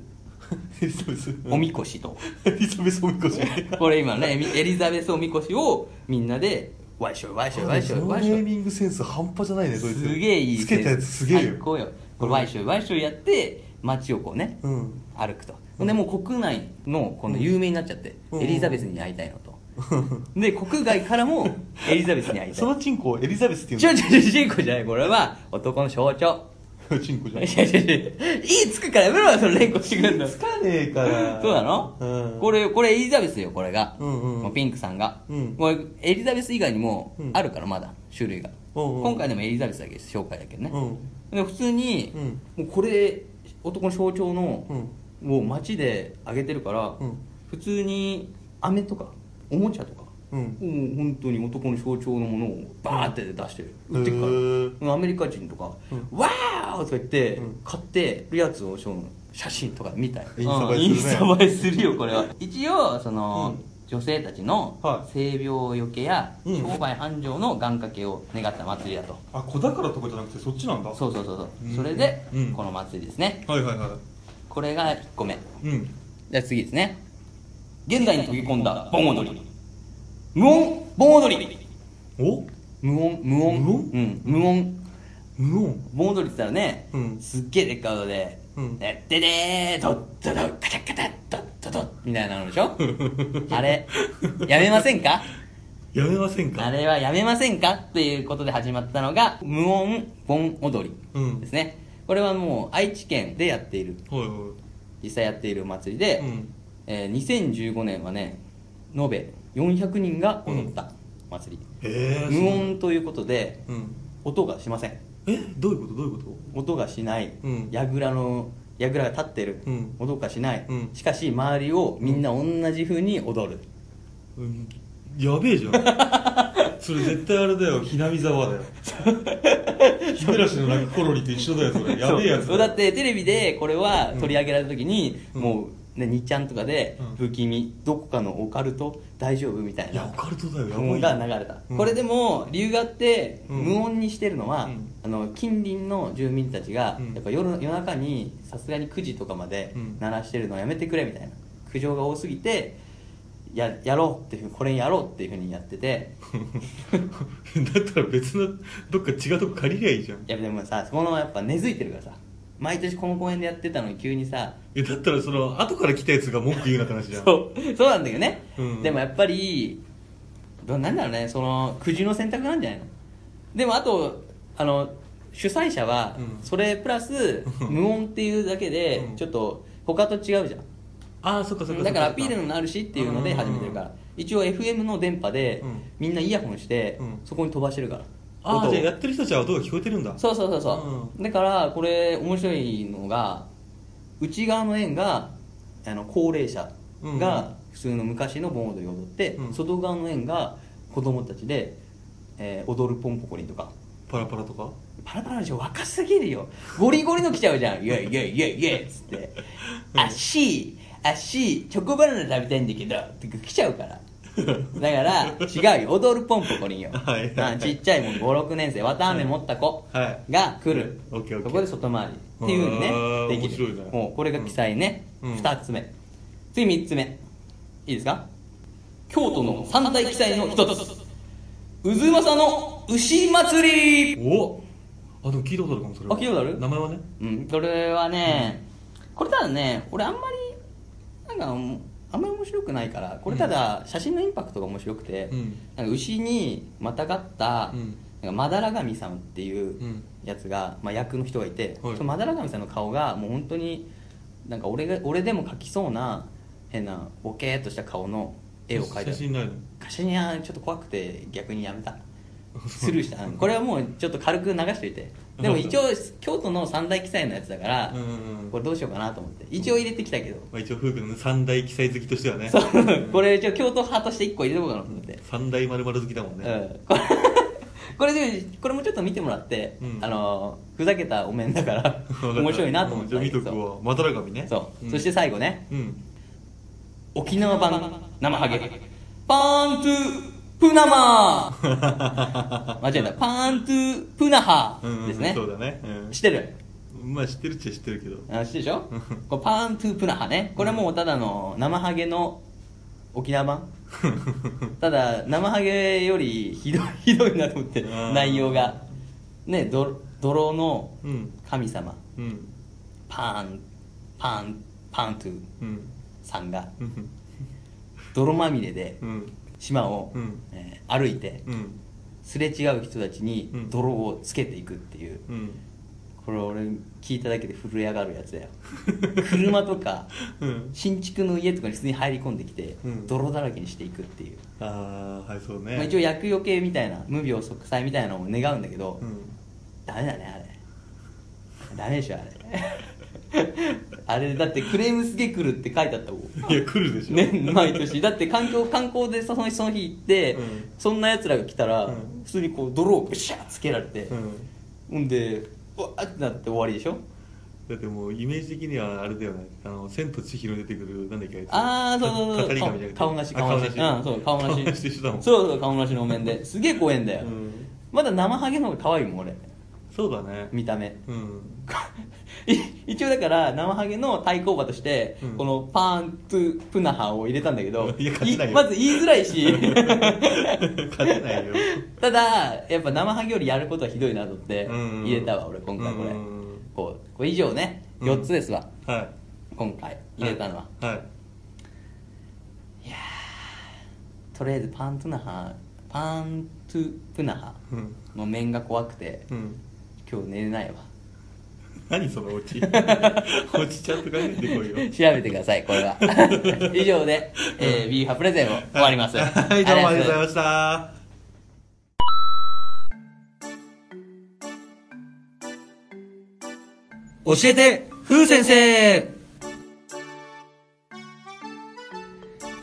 [SPEAKER 2] エリザベス
[SPEAKER 3] おみこしと、
[SPEAKER 2] エリザベスおみこし
[SPEAKER 3] これ今ねエリエリザベスおみこしをみんなでわいしょいわいしょいわいしょい
[SPEAKER 2] その
[SPEAKER 3] わい
[SPEAKER 2] ネ
[SPEAKER 3] しょ
[SPEAKER 2] ー
[SPEAKER 3] い
[SPEAKER 2] ミングセンス半端じゃないねそいつ
[SPEAKER 3] すげえいい
[SPEAKER 2] つけたやつすげえ
[SPEAKER 3] 最高
[SPEAKER 2] よ
[SPEAKER 3] よこれわいしょいわいしょいやって街をこうね、
[SPEAKER 2] うん
[SPEAKER 3] 歩くと、でもう国内のこの有名になっちゃって、
[SPEAKER 2] うん
[SPEAKER 3] エリザベスに会いたいのと、で国外からもエリザベスに会いたい
[SPEAKER 2] そのチンコをエリザベスって
[SPEAKER 3] ち
[SPEAKER 2] 言
[SPEAKER 3] ょ
[SPEAKER 2] う
[SPEAKER 3] ちょちょ、チンコじゃない、これは男の象徴。
[SPEAKER 2] のチンコじ
[SPEAKER 3] い
[SPEAKER 2] ゃ
[SPEAKER 3] や
[SPEAKER 2] ん
[SPEAKER 3] いやいやいいつくからやめろよ、その連呼してくるんだ。
[SPEAKER 2] つかねえから
[SPEAKER 3] そうなの、
[SPEAKER 2] うん
[SPEAKER 3] これ、これエリザベスよ、これが。
[SPEAKER 2] うんうん
[SPEAKER 3] もうピンクさんが。
[SPEAKER 2] うん
[SPEAKER 3] もうエリザベス以外にも
[SPEAKER 2] うん
[SPEAKER 3] あるから、まだ、種類が。
[SPEAKER 2] うんうん
[SPEAKER 3] 今回でもエリザベスだけです、紹介だけどね。で普通に、
[SPEAKER 2] う
[SPEAKER 3] もうこれ、男の象徴の、
[SPEAKER 2] うん
[SPEAKER 3] もう街であげてるから、
[SPEAKER 2] うん
[SPEAKER 3] 普通に、飴とか、おもちゃとか、
[SPEAKER 2] うんうん
[SPEAKER 3] もう本当に男の象徴のものをバーって出してる、売ってくか
[SPEAKER 2] へー
[SPEAKER 3] ら、アメリカ人とか「わー!」とか言って、
[SPEAKER 2] ん
[SPEAKER 3] 買ってるやつをその写真とか見たい
[SPEAKER 2] インスタ
[SPEAKER 3] うん
[SPEAKER 2] 映
[SPEAKER 3] イ
[SPEAKER 2] え
[SPEAKER 3] ン
[SPEAKER 2] す
[SPEAKER 3] ス
[SPEAKER 2] るね
[SPEAKER 3] タ映えするよこれは一応その、女性たちの
[SPEAKER 2] はい
[SPEAKER 3] 性病よけや
[SPEAKER 2] うん
[SPEAKER 3] 商売繁盛の願掛けを願った祭りだと、
[SPEAKER 2] あ子だからとかじゃなくてそっちなんだ
[SPEAKER 3] そうそうそうそう、
[SPEAKER 2] うん
[SPEAKER 3] それで、
[SPEAKER 2] うん
[SPEAKER 3] この祭りですね
[SPEAKER 2] はいはいは
[SPEAKER 3] これが1個目
[SPEAKER 2] いうん
[SPEAKER 3] じゃあ次ですね現代に溶け込んだ盆踊り無音盆踊り
[SPEAKER 2] お
[SPEAKER 3] 無音無音
[SPEAKER 2] 無音
[SPEAKER 3] うん、無音
[SPEAKER 2] 無音
[SPEAKER 3] 盆踊りって言ったらね、
[SPEAKER 2] うん
[SPEAKER 3] すっげえでっかい音で「
[SPEAKER 2] うん
[SPEAKER 3] でででードッドドッカタカタドッドドッ」みたいなのでしょ
[SPEAKER 2] [laughs]
[SPEAKER 3] あれやめませんか
[SPEAKER 2] やめませんか
[SPEAKER 3] あれはやめませんかっていうことで始まったのが無音盆踊
[SPEAKER 2] うん
[SPEAKER 3] りですね、これはもう愛知県でやっている
[SPEAKER 2] はいはい
[SPEAKER 3] 実際やっているお祭りで、
[SPEAKER 2] うん
[SPEAKER 3] えー2015年はね延べ400人が踊った祭り、
[SPEAKER 2] ええ
[SPEAKER 3] 無音ということで
[SPEAKER 2] うん
[SPEAKER 3] 音がしません
[SPEAKER 2] えどういうことどういうこ
[SPEAKER 3] 音がしない
[SPEAKER 2] うん
[SPEAKER 3] 櫓の櫓が立ってる、
[SPEAKER 2] うん
[SPEAKER 3] 音がしない、
[SPEAKER 2] うん
[SPEAKER 3] しかし周りをみんな同じ風に踊る、
[SPEAKER 2] とうんやべえじゃん [laughs] それ絶対あれだよひなみ沢
[SPEAKER 3] [laughs]
[SPEAKER 2] だよひめらしのなんかコロリと一緒だよそれやべえやつ
[SPEAKER 3] そうだってテレビでこれは取り上げられた時に、
[SPEAKER 2] うん
[SPEAKER 3] もう、ね、2ちゃんとかで
[SPEAKER 2] う
[SPEAKER 3] 「
[SPEAKER 2] ん
[SPEAKER 3] 不気味どこかのオカルト大丈夫?」みたい
[SPEAKER 2] いや
[SPEAKER 3] な
[SPEAKER 2] オカルトだよやば
[SPEAKER 3] 音
[SPEAKER 2] い
[SPEAKER 3] が
[SPEAKER 2] よ
[SPEAKER 3] 流れた、
[SPEAKER 2] うん
[SPEAKER 3] これでも理由があって
[SPEAKER 2] うん
[SPEAKER 3] 無音にしてるのは、
[SPEAKER 2] うん
[SPEAKER 3] あの近隣の住民たちが、
[SPEAKER 2] うん
[SPEAKER 3] やっぱ夜夜中にさすがに9時とかまで
[SPEAKER 2] うん
[SPEAKER 3] 鳴らしてるのはやめてくれみたいな苦情が多すぎてややろうっていうふうこれやろうっていうふうにやってて
[SPEAKER 2] [laughs] だったら別のどっか違うとこ借りりゃいいじゃん
[SPEAKER 3] いやでもさそこのやっぱ根付いてるからさ毎年この公園でやってたのに急にさ
[SPEAKER 2] えだったらその後から来たやつが文句言うなって話じゃん
[SPEAKER 3] そうそうなんだけどね、
[SPEAKER 2] うん
[SPEAKER 3] でもやっぱりどなんだろうねその苦渋の選択なんじゃないのでもあとあの主催者は
[SPEAKER 2] うん
[SPEAKER 3] それプラス無音っていうだけで
[SPEAKER 2] うん
[SPEAKER 3] ちょっと他と違うじゃん、
[SPEAKER 2] ああそっかそっか
[SPEAKER 3] だからアピール
[SPEAKER 2] の
[SPEAKER 3] のあるしっていうので始めてるから、
[SPEAKER 2] うん
[SPEAKER 3] 一応 FM の電波で、
[SPEAKER 2] うん
[SPEAKER 3] みんなイヤホンして、
[SPEAKER 2] うん
[SPEAKER 3] そこに飛ばしてるから
[SPEAKER 2] あ
[SPEAKER 3] 音
[SPEAKER 2] あ
[SPEAKER 3] を
[SPEAKER 2] じゃあやってる人たちは音が聞こえてるんだ
[SPEAKER 3] そうそうそうそう、だからこれ面白いのが内側の円があの高齢者が普通の昔の盆踊りを踊って、
[SPEAKER 2] うん
[SPEAKER 3] 外側の円が子供たちで、えー踊るポンポコリンとか
[SPEAKER 2] パラパラとか
[SPEAKER 3] パラパラでしょ若すぎるよゴリゴリの来ちゃうじ
[SPEAKER 2] [laughs]
[SPEAKER 3] ゃん「イェイイェイイェイイェイ」っつって「足足チョコバナナ食べたいんだけど」って来ちゃうからだから違うよ踊るポンポコリンよ
[SPEAKER 2] はい
[SPEAKER 3] なちっちゃいもん56年生綿あめ持った子
[SPEAKER 2] はい
[SPEAKER 3] が来る、
[SPEAKER 2] オッケーオッケー
[SPEAKER 3] そこで外回りっていう
[SPEAKER 2] あ
[SPEAKER 3] の
[SPEAKER 2] ー
[SPEAKER 3] ねできる
[SPEAKER 2] 面白いね
[SPEAKER 3] もうこれが記載ね、
[SPEAKER 2] うん
[SPEAKER 3] 2つ目次3つ目いいですか京都の三大記載の一つ渦政の牛祭り
[SPEAKER 2] おあでも聞いたことあるかもそれは
[SPEAKER 3] あ聞いたことある
[SPEAKER 2] 名前はね
[SPEAKER 3] うんこれはね、これただね俺あんまりなんかうんあんまり面白くないからこれただ写真のインパクトが面白くて、
[SPEAKER 2] うん
[SPEAKER 3] なんか牛にまたがった、
[SPEAKER 2] うん
[SPEAKER 3] なんかまだら神さんっていう
[SPEAKER 2] うん
[SPEAKER 3] やつが、まあ、役の人がいて、
[SPEAKER 2] はい
[SPEAKER 3] そのまだら神さんの顔がもう本当になんか俺が俺でも描きそうな変なボケーっとした顔の絵を描いた
[SPEAKER 2] 写真ないの
[SPEAKER 3] 写真はちょっと怖くて逆にやめたスルーしたこれはもうちょっと軽く流しておいてでも一応京都の三大記載のやつだから、
[SPEAKER 2] うんうんうん
[SPEAKER 3] これどうしようかなと思って一応入れてきたけど、
[SPEAKER 2] まあ、一応夫婦のね三大記載好きとしてはね
[SPEAKER 3] そうこれ一応京都派として一個入れとこうかなと思って、
[SPEAKER 2] 三大まる好きだもん
[SPEAKER 3] う
[SPEAKER 2] ね、
[SPEAKER 3] ん、これ [laughs] これでこれもちょっと見てもらって、
[SPEAKER 2] うん
[SPEAKER 3] あのふざけたお面だから面白いなと思っ
[SPEAKER 2] う
[SPEAKER 3] て
[SPEAKER 2] んじゃあ見とくわまたら神ね
[SPEAKER 3] そう、
[SPEAKER 2] ん
[SPEAKER 3] そして最後ね
[SPEAKER 2] うん
[SPEAKER 3] 沖縄版生ハゲパーントゥプナマ
[SPEAKER 2] [laughs]
[SPEAKER 3] ー間違えたパーントゥプナハ
[SPEAKER 2] うんうん
[SPEAKER 3] ですね、
[SPEAKER 2] そうだね、うん
[SPEAKER 3] 知ってる
[SPEAKER 2] まあ知ってるっちゃ知ってるけど
[SPEAKER 3] あ知ってるでし
[SPEAKER 2] [laughs]
[SPEAKER 3] ょ
[SPEAKER 2] うん
[SPEAKER 3] これパーントゥプナハねこれもうただの生ハゲの沖縄
[SPEAKER 2] [laughs]
[SPEAKER 3] 版ただ生ハゲよりひどい [laughs] ひどいなと思って
[SPEAKER 2] うん
[SPEAKER 3] 内容がねど泥の
[SPEAKER 2] うん
[SPEAKER 3] 神様
[SPEAKER 2] うん
[SPEAKER 3] パーンパーンパーントゥ
[SPEAKER 2] うん
[SPEAKER 3] さんが
[SPEAKER 2] うん
[SPEAKER 3] 泥まみれで
[SPEAKER 2] うん
[SPEAKER 3] 島を、
[SPEAKER 2] うん
[SPEAKER 3] えー歩いて、
[SPEAKER 2] うん
[SPEAKER 3] すれ違う人たちに
[SPEAKER 2] うん
[SPEAKER 3] 泥をつけていくっていう、
[SPEAKER 2] うん
[SPEAKER 3] これ俺聞いただけで震え上がるやつ
[SPEAKER 2] [laughs]
[SPEAKER 3] だよ車とか
[SPEAKER 2] うん
[SPEAKER 3] 新築の家とかに普通に入り込んできて、
[SPEAKER 2] うん
[SPEAKER 3] 泥だらけにしていくっていう、
[SPEAKER 2] ああはいそうね、
[SPEAKER 3] まあ、一応厄除けみたいな無病息災みたいなのを願うんだけど、
[SPEAKER 2] うん
[SPEAKER 3] ダメだねあれダメでしょあれ [laughs] あれだってクレームすげえ来るって書いてあったも
[SPEAKER 2] [laughs]
[SPEAKER 3] ん
[SPEAKER 2] いや来るでしょ
[SPEAKER 3] ね、 [laughs] 毎年だって環境観光でその日その日行って、
[SPEAKER 2] うん
[SPEAKER 3] そんなやつらが来たら、
[SPEAKER 2] うん
[SPEAKER 3] 普通にこう泥をブシャーつけられて、
[SPEAKER 2] うん
[SPEAKER 3] ほんでうわーってなって終わりでしょ
[SPEAKER 2] だってもうイメージ的にはあれだよね「あの千と千尋」に出てくるなんだっけあいつ
[SPEAKER 3] ああそうそうそう
[SPEAKER 2] たたり神じゃなくて
[SPEAKER 3] 顔顔なし
[SPEAKER 2] あ
[SPEAKER 3] 顔なしうんそう顔なし
[SPEAKER 2] 顔なししてたもん
[SPEAKER 3] そうそう顔なしのお面ですげえ怖えんだよ、
[SPEAKER 2] うん
[SPEAKER 3] まだ生ハゲの方が可愛いもん俺
[SPEAKER 2] そうだね
[SPEAKER 3] 見た目 [laughs]
[SPEAKER 2] うん
[SPEAKER 3] い一応だから生ハゲの対抗馬として、
[SPEAKER 2] うん
[SPEAKER 3] このパーントゥプナハを入れたんだけど
[SPEAKER 2] いや勝てないよ
[SPEAKER 3] まず言いづらいし
[SPEAKER 2] [laughs] 勝てないよ
[SPEAKER 3] ただやっぱ生ハゲよりやることはひどいなと思って
[SPEAKER 2] うん
[SPEAKER 3] 入れたわ俺今回これ
[SPEAKER 2] うん
[SPEAKER 3] こうこれ以上ね
[SPEAKER 2] うん
[SPEAKER 3] 4つですわ、
[SPEAKER 2] [laughs] は
[SPEAKER 3] 今回
[SPEAKER 2] い
[SPEAKER 3] 入れたのは、
[SPEAKER 2] はい
[SPEAKER 3] とりあえずパントゥナハパントゥプナハ
[SPEAKER 2] うん
[SPEAKER 3] の面が怖くて
[SPEAKER 2] うん
[SPEAKER 3] 今日寝れないわ
[SPEAKER 2] 何そのオチオチちゃんと考えてこいよ
[SPEAKER 3] 調べてくださいこれ
[SPEAKER 2] [laughs]
[SPEAKER 3] は以上で、えー、ビーハプレゼンを終わります
[SPEAKER 2] はいどうもありがとうござい
[SPEAKER 3] す
[SPEAKER 2] ました
[SPEAKER 5] 教えて、ふう先生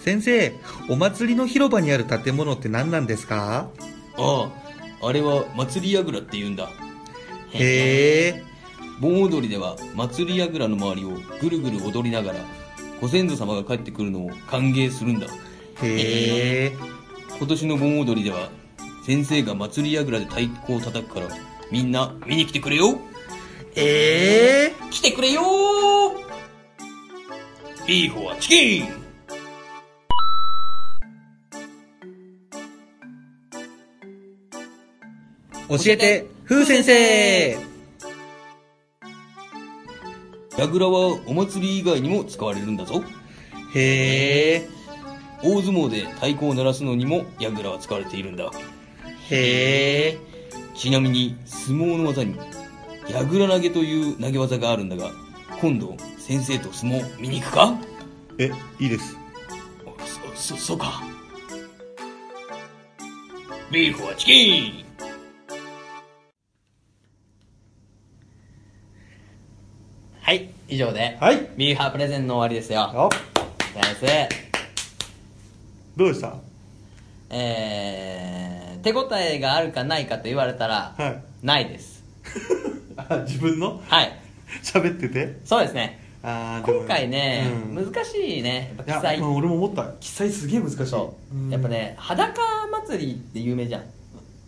[SPEAKER 5] 先生、お祭りの広場にある建物って何なんですか
[SPEAKER 4] ああ、あれは祭り櫓って言うんだ。
[SPEAKER 5] へえ。
[SPEAKER 4] 盆踊りでは祭り櫓の周りをぐるぐる踊りながら、ご先祖様が帰ってくるのを歓迎するんだ。
[SPEAKER 5] へえ。
[SPEAKER 4] 今年の盆踊りでは、先生が祭り櫓で太鼓を叩くから、みんな見に来てくれよ
[SPEAKER 5] ええ。
[SPEAKER 4] 来てくれよビーフォはチキン
[SPEAKER 5] 教えて、ふう先生
[SPEAKER 4] 櫓はお祭り以外にも使われるんだぞ。
[SPEAKER 5] へえ。
[SPEAKER 4] 大相撲で太鼓を鳴らすのにも櫓は使われているんだ。
[SPEAKER 5] へえ。
[SPEAKER 4] ちなみに相撲の技に矢倉投げという投げ技があるんだが今度先生と相撲見に行くか
[SPEAKER 2] えいいです
[SPEAKER 4] そそそうかビーフはチキン
[SPEAKER 3] はい以上で、
[SPEAKER 2] はい
[SPEAKER 3] ビーハプレゼンの終わりですよ
[SPEAKER 2] あ
[SPEAKER 3] 先生
[SPEAKER 2] どうでした [laughs]
[SPEAKER 3] えー、手応えがあるかないかと言われたら、
[SPEAKER 2] はい
[SPEAKER 3] ないです
[SPEAKER 2] あ自分の
[SPEAKER 3] はい
[SPEAKER 2] 喋ってて
[SPEAKER 3] そうですね
[SPEAKER 2] あーでも
[SPEAKER 3] 今回ね、
[SPEAKER 2] うん
[SPEAKER 3] 難しいねやっぱ記載
[SPEAKER 2] いやうん俺も思った記載すげえ難しい
[SPEAKER 3] そう、
[SPEAKER 2] うん
[SPEAKER 3] やっぱね裸祭りって有名じゃん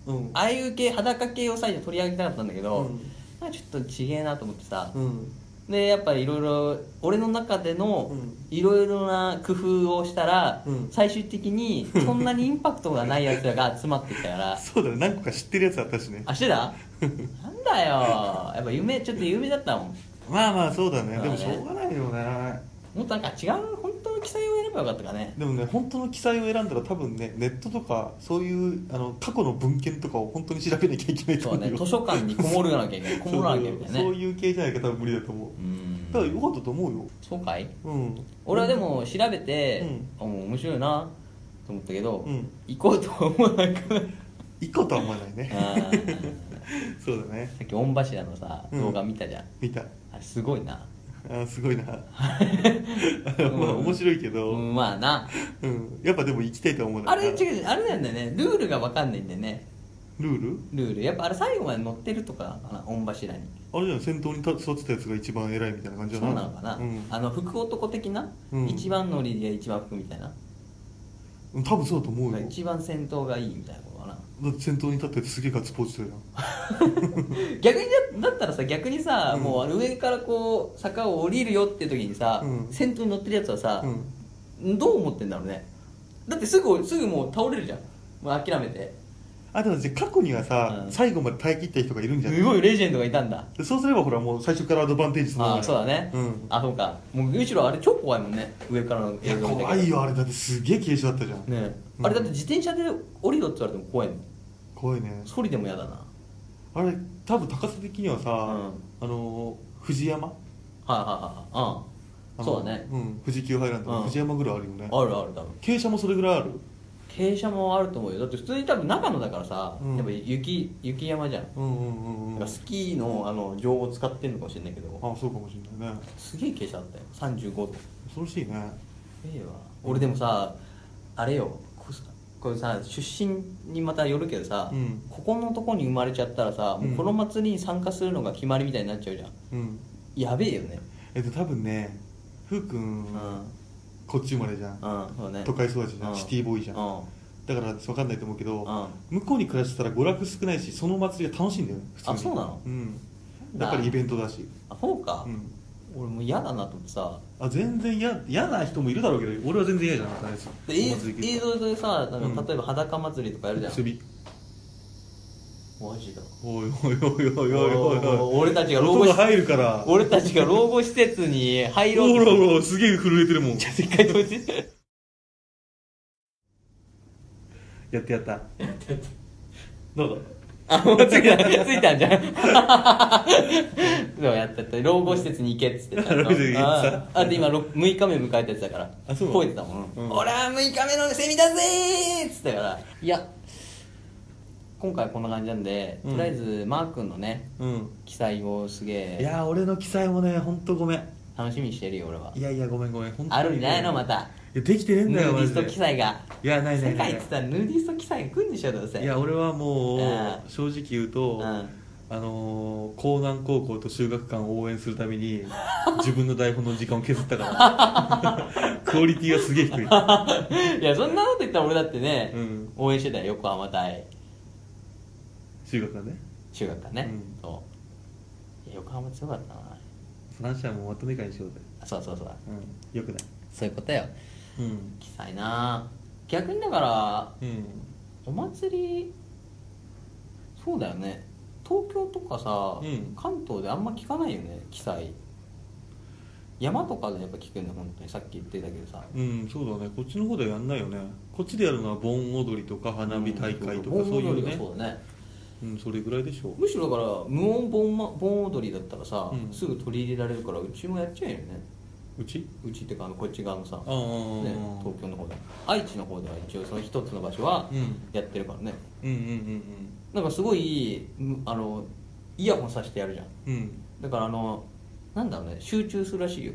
[SPEAKER 2] うん
[SPEAKER 3] ああいう系裸系を最初取り上げたかったんだけど、
[SPEAKER 2] うん
[SPEAKER 3] まあちょっとちげえなと思ってさ、
[SPEAKER 2] うん
[SPEAKER 3] でやっぱりいろいろ俺の中での
[SPEAKER 2] うん
[SPEAKER 3] いろいろな工夫をしたら、
[SPEAKER 2] うん
[SPEAKER 3] 最終的にそんなにインパクトがないやつらが集まってきたから
[SPEAKER 2] [laughs] そうだね何個か知ってるやつあったしね
[SPEAKER 3] あしてたなんだよやっぱ有名ちょっと有名だったもん
[SPEAKER 2] まあまあそうだね
[SPEAKER 3] そうだね
[SPEAKER 2] でもしょうがないよね
[SPEAKER 3] もっとなんか違う本当の記載を選べばよかったかね
[SPEAKER 2] でもね本当の記載を選んだら多分ねネットとかそういうあの過去の文献とかを本当に調べなきゃいけないと
[SPEAKER 3] そう
[SPEAKER 2] 思う
[SPEAKER 3] ね
[SPEAKER 2] よ
[SPEAKER 3] 図書館にこもるなきゃいけ
[SPEAKER 2] [laughs]
[SPEAKER 3] ないこもらなきゃいけないね
[SPEAKER 2] そういう系じゃないか多分無理だと思う、
[SPEAKER 3] うん
[SPEAKER 2] だからよかったと思うよ
[SPEAKER 3] そうかい
[SPEAKER 2] うん
[SPEAKER 3] 俺はでも調べて、あもう面白いなと思ったけど、
[SPEAKER 2] うん
[SPEAKER 3] 行こうとは思わなくなる
[SPEAKER 2] 一個とは思わないね
[SPEAKER 3] あー
[SPEAKER 2] そうだね
[SPEAKER 3] さっき御柱のさ
[SPEAKER 2] うん
[SPEAKER 3] 動画見たじゃん、
[SPEAKER 2] 見た
[SPEAKER 3] あれすごい
[SPEAKER 2] [laughs]
[SPEAKER 3] な
[SPEAKER 2] あ
[SPEAKER 3] [laughs]
[SPEAKER 2] すごいなあまあ面白いけど、
[SPEAKER 3] う
[SPEAKER 2] うん
[SPEAKER 3] んまあな
[SPEAKER 2] やっぱでも行きたいとは思う
[SPEAKER 3] あれ違うあれなんだよねルールが分かんないんだよね
[SPEAKER 2] ルール
[SPEAKER 3] ルールやっぱあれ最後まで乗ってるとかかな御柱に
[SPEAKER 2] あれじゃん先頭に立ってたやつが一番偉いみたいな感じ
[SPEAKER 3] そ
[SPEAKER 2] じ
[SPEAKER 3] う
[SPEAKER 2] ゃない
[SPEAKER 3] なのかな、
[SPEAKER 2] うん
[SPEAKER 3] あの福男的な、
[SPEAKER 2] うん
[SPEAKER 3] 一番乗りで一番服みたいな、
[SPEAKER 2] うん多分そうだと思うよだ
[SPEAKER 3] 一番先頭がいいみたいなことかな
[SPEAKER 2] って先頭に立っててすげえガッツポーズしてるや
[SPEAKER 3] 逆にだだったらさ逆にさ、
[SPEAKER 2] うん
[SPEAKER 3] もう上からこう坂を降りるよって時にさ、
[SPEAKER 2] うん
[SPEAKER 3] 先頭に乗ってるやつはさ
[SPEAKER 2] ん、う、ん、
[SPEAKER 3] どう思ってんだろうねだってすぐすぐもう倒れるじゃんもう諦めて
[SPEAKER 2] あでもじゃあ過去にはさ、
[SPEAKER 3] うん
[SPEAKER 2] 最後まで耐え切った人がいるんじゃない
[SPEAKER 3] すごいレジェンドがいたんだ
[SPEAKER 2] でそうすればほらもう最初からアドバンテージする
[SPEAKER 3] ああそうだね、
[SPEAKER 2] うん
[SPEAKER 3] あそうかもうむしろあれ超怖いもんね上からの
[SPEAKER 2] いや
[SPEAKER 3] 映像見たけど
[SPEAKER 2] 怖いよあれだってすげえ傾斜だったじゃん、
[SPEAKER 3] ねえ、
[SPEAKER 2] うん
[SPEAKER 3] あれだって自転車で降りろって言われても怖いもん
[SPEAKER 2] 怖いね
[SPEAKER 3] ソリでも嫌だなはい
[SPEAKER 2] あれ多分高さ的にはさ、あのー藤山
[SPEAKER 3] はいはいはいうんそうだね
[SPEAKER 2] うん富士急ハイランド
[SPEAKER 3] うん
[SPEAKER 2] の藤山ぐらいあるよね、
[SPEAKER 3] あるある多分
[SPEAKER 2] 傾斜もそれぐらいある
[SPEAKER 3] 傾斜もあると思うよだって普通に多分長野だからさ、
[SPEAKER 2] うん
[SPEAKER 3] やっぱ雪雪山じゃん
[SPEAKER 2] うんうんうんうん
[SPEAKER 3] なんかスキーのあの情報を使ってんのかもしれないけど
[SPEAKER 2] あそうかもしれないね
[SPEAKER 3] すげえ傾斜だったよ35度
[SPEAKER 2] 恐ろしいね
[SPEAKER 3] ええわ俺でもさあれよここれさ出身にまたよるけどさ、
[SPEAKER 2] うん
[SPEAKER 3] ここのとこに生まれちゃったらさ、もうこの祭りに参加するのが決まりみたいになっちゃうじゃん
[SPEAKER 2] うん
[SPEAKER 3] やべえよね
[SPEAKER 2] えっと多分ねふうくん、
[SPEAKER 3] うんうん
[SPEAKER 2] こっち生まれじゃん、
[SPEAKER 3] そうね
[SPEAKER 2] 都会育ちじゃん、
[SPEAKER 3] うん
[SPEAKER 2] シティボーイじゃん、
[SPEAKER 3] うんうん
[SPEAKER 2] だから分かんないと思うけど、
[SPEAKER 3] あ
[SPEAKER 2] 向こうに暮らしてたら娯楽少ないしその祭りが楽しいんだよね普通に
[SPEAKER 3] あそうなの
[SPEAKER 2] うんやっぱりイベントだし、
[SPEAKER 3] そうか、
[SPEAKER 2] うん、
[SPEAKER 3] 俺もう嫌だなと思ってさ
[SPEAKER 2] あ全然嫌嫌な人もいるだろうけど俺は全然嫌じゃなかったです
[SPEAKER 3] で映映像でさなんか
[SPEAKER 2] うん
[SPEAKER 3] 例えば裸祭りとかやるじゃん、
[SPEAKER 2] 遊び
[SPEAKER 3] マジだ
[SPEAKER 2] おいおいおいおいおいおい
[SPEAKER 3] おー
[SPEAKER 2] おい
[SPEAKER 3] 俺たちが老後
[SPEAKER 2] 音
[SPEAKER 3] し
[SPEAKER 2] が入るから
[SPEAKER 3] 俺たちが老後施設に入ろうと
[SPEAKER 2] おら
[SPEAKER 3] する
[SPEAKER 2] おらすげえ震えてるもん
[SPEAKER 3] 一回止めて
[SPEAKER 2] やってやったどうぞ
[SPEAKER 3] あ、もうついた、ついたんじゃん。 [laughs] そうやったやった。老後施設に行けっつってた
[SPEAKER 2] [laughs] 老後施設に行けっつった
[SPEAKER 3] ああと今ろ6日目迎えたやつだから。
[SPEAKER 2] あそう
[SPEAKER 3] 吠えてたもん。
[SPEAKER 2] うん
[SPEAKER 3] 俺は6日目のセミだぜーっつったから。いや、今回こんな感じなんで、
[SPEAKER 2] うん
[SPEAKER 3] とりあえずマー君のね、
[SPEAKER 2] うん
[SPEAKER 3] 記載をすげ
[SPEAKER 2] い
[SPEAKER 3] え
[SPEAKER 2] やー俺の記載もね本当ごめん
[SPEAKER 3] 楽しみにしてるよ、俺は。
[SPEAKER 2] いやいやごめんごめん本当に
[SPEAKER 3] あるんじゃないのまた。
[SPEAKER 2] いやできてねえん
[SPEAKER 3] ヌ
[SPEAKER 2] だよ
[SPEAKER 3] ーデ
[SPEAKER 2] マ
[SPEAKER 3] ィ
[SPEAKER 2] ジ
[SPEAKER 3] ス
[SPEAKER 2] で
[SPEAKER 3] ト記載が。
[SPEAKER 2] いやないない
[SPEAKER 3] 世
[SPEAKER 2] な
[SPEAKER 3] 界
[SPEAKER 2] い
[SPEAKER 3] っつったらヌーディスト記載が来るんでしょ、どうせ。
[SPEAKER 2] いや俺はもう
[SPEAKER 3] うん
[SPEAKER 2] 正直言うと、
[SPEAKER 3] うん
[SPEAKER 2] あのー、江南高校と修学館を応援するために [laughs] 自分の台本の時間を削ったから [laughs] クオリティがすげえ低い
[SPEAKER 3] [laughs] いや、そんなこと言ったら俺だってね、
[SPEAKER 2] うん
[SPEAKER 3] 応援してたよ、横浜対
[SPEAKER 2] 修学館ね
[SPEAKER 3] 中学からね。
[SPEAKER 2] うん
[SPEAKER 3] そういや横浜強かったな。
[SPEAKER 2] その話はもうまとめ会にしようぜ、
[SPEAKER 3] あそうそうそう。
[SPEAKER 2] うん、よくない
[SPEAKER 3] そういうことよ。
[SPEAKER 2] うん
[SPEAKER 3] きさいな逆にだから、
[SPEAKER 2] うん
[SPEAKER 3] お祭り、そうだよね。東京とかさ、
[SPEAKER 2] うん
[SPEAKER 3] 関東であんま聞かないよね、記載。山とかでやっぱ聞くんだよ、本当に。さっき言ってたけどさ。
[SPEAKER 2] うん、そうだねこっちの方ではやんないよねこっちでやるのは盆踊りとか花火大会とか、
[SPEAKER 3] うん
[SPEAKER 2] そうい
[SPEAKER 3] 盆
[SPEAKER 2] うね
[SPEAKER 3] 踊りがそうだね。
[SPEAKER 2] うん、それぐらいでしょ
[SPEAKER 3] むしろだから無音盆,、ま、盆踊りだったらさ、
[SPEAKER 2] うん
[SPEAKER 3] すぐ取り入れられるからうちもやっちゃえよね
[SPEAKER 2] ううち
[SPEAKER 3] うちってかあのこっち側のさ、ね
[SPEAKER 2] あ、あ、
[SPEAKER 3] 東京の方で愛知の方では一応その一つの場所は
[SPEAKER 2] うん
[SPEAKER 3] やってるからね、
[SPEAKER 2] うんうん
[SPEAKER 3] なんかすごいむあのイヤホンさしてやるじゃん
[SPEAKER 2] うんうんうん
[SPEAKER 3] だからあのなんだろうね集中するらしいよ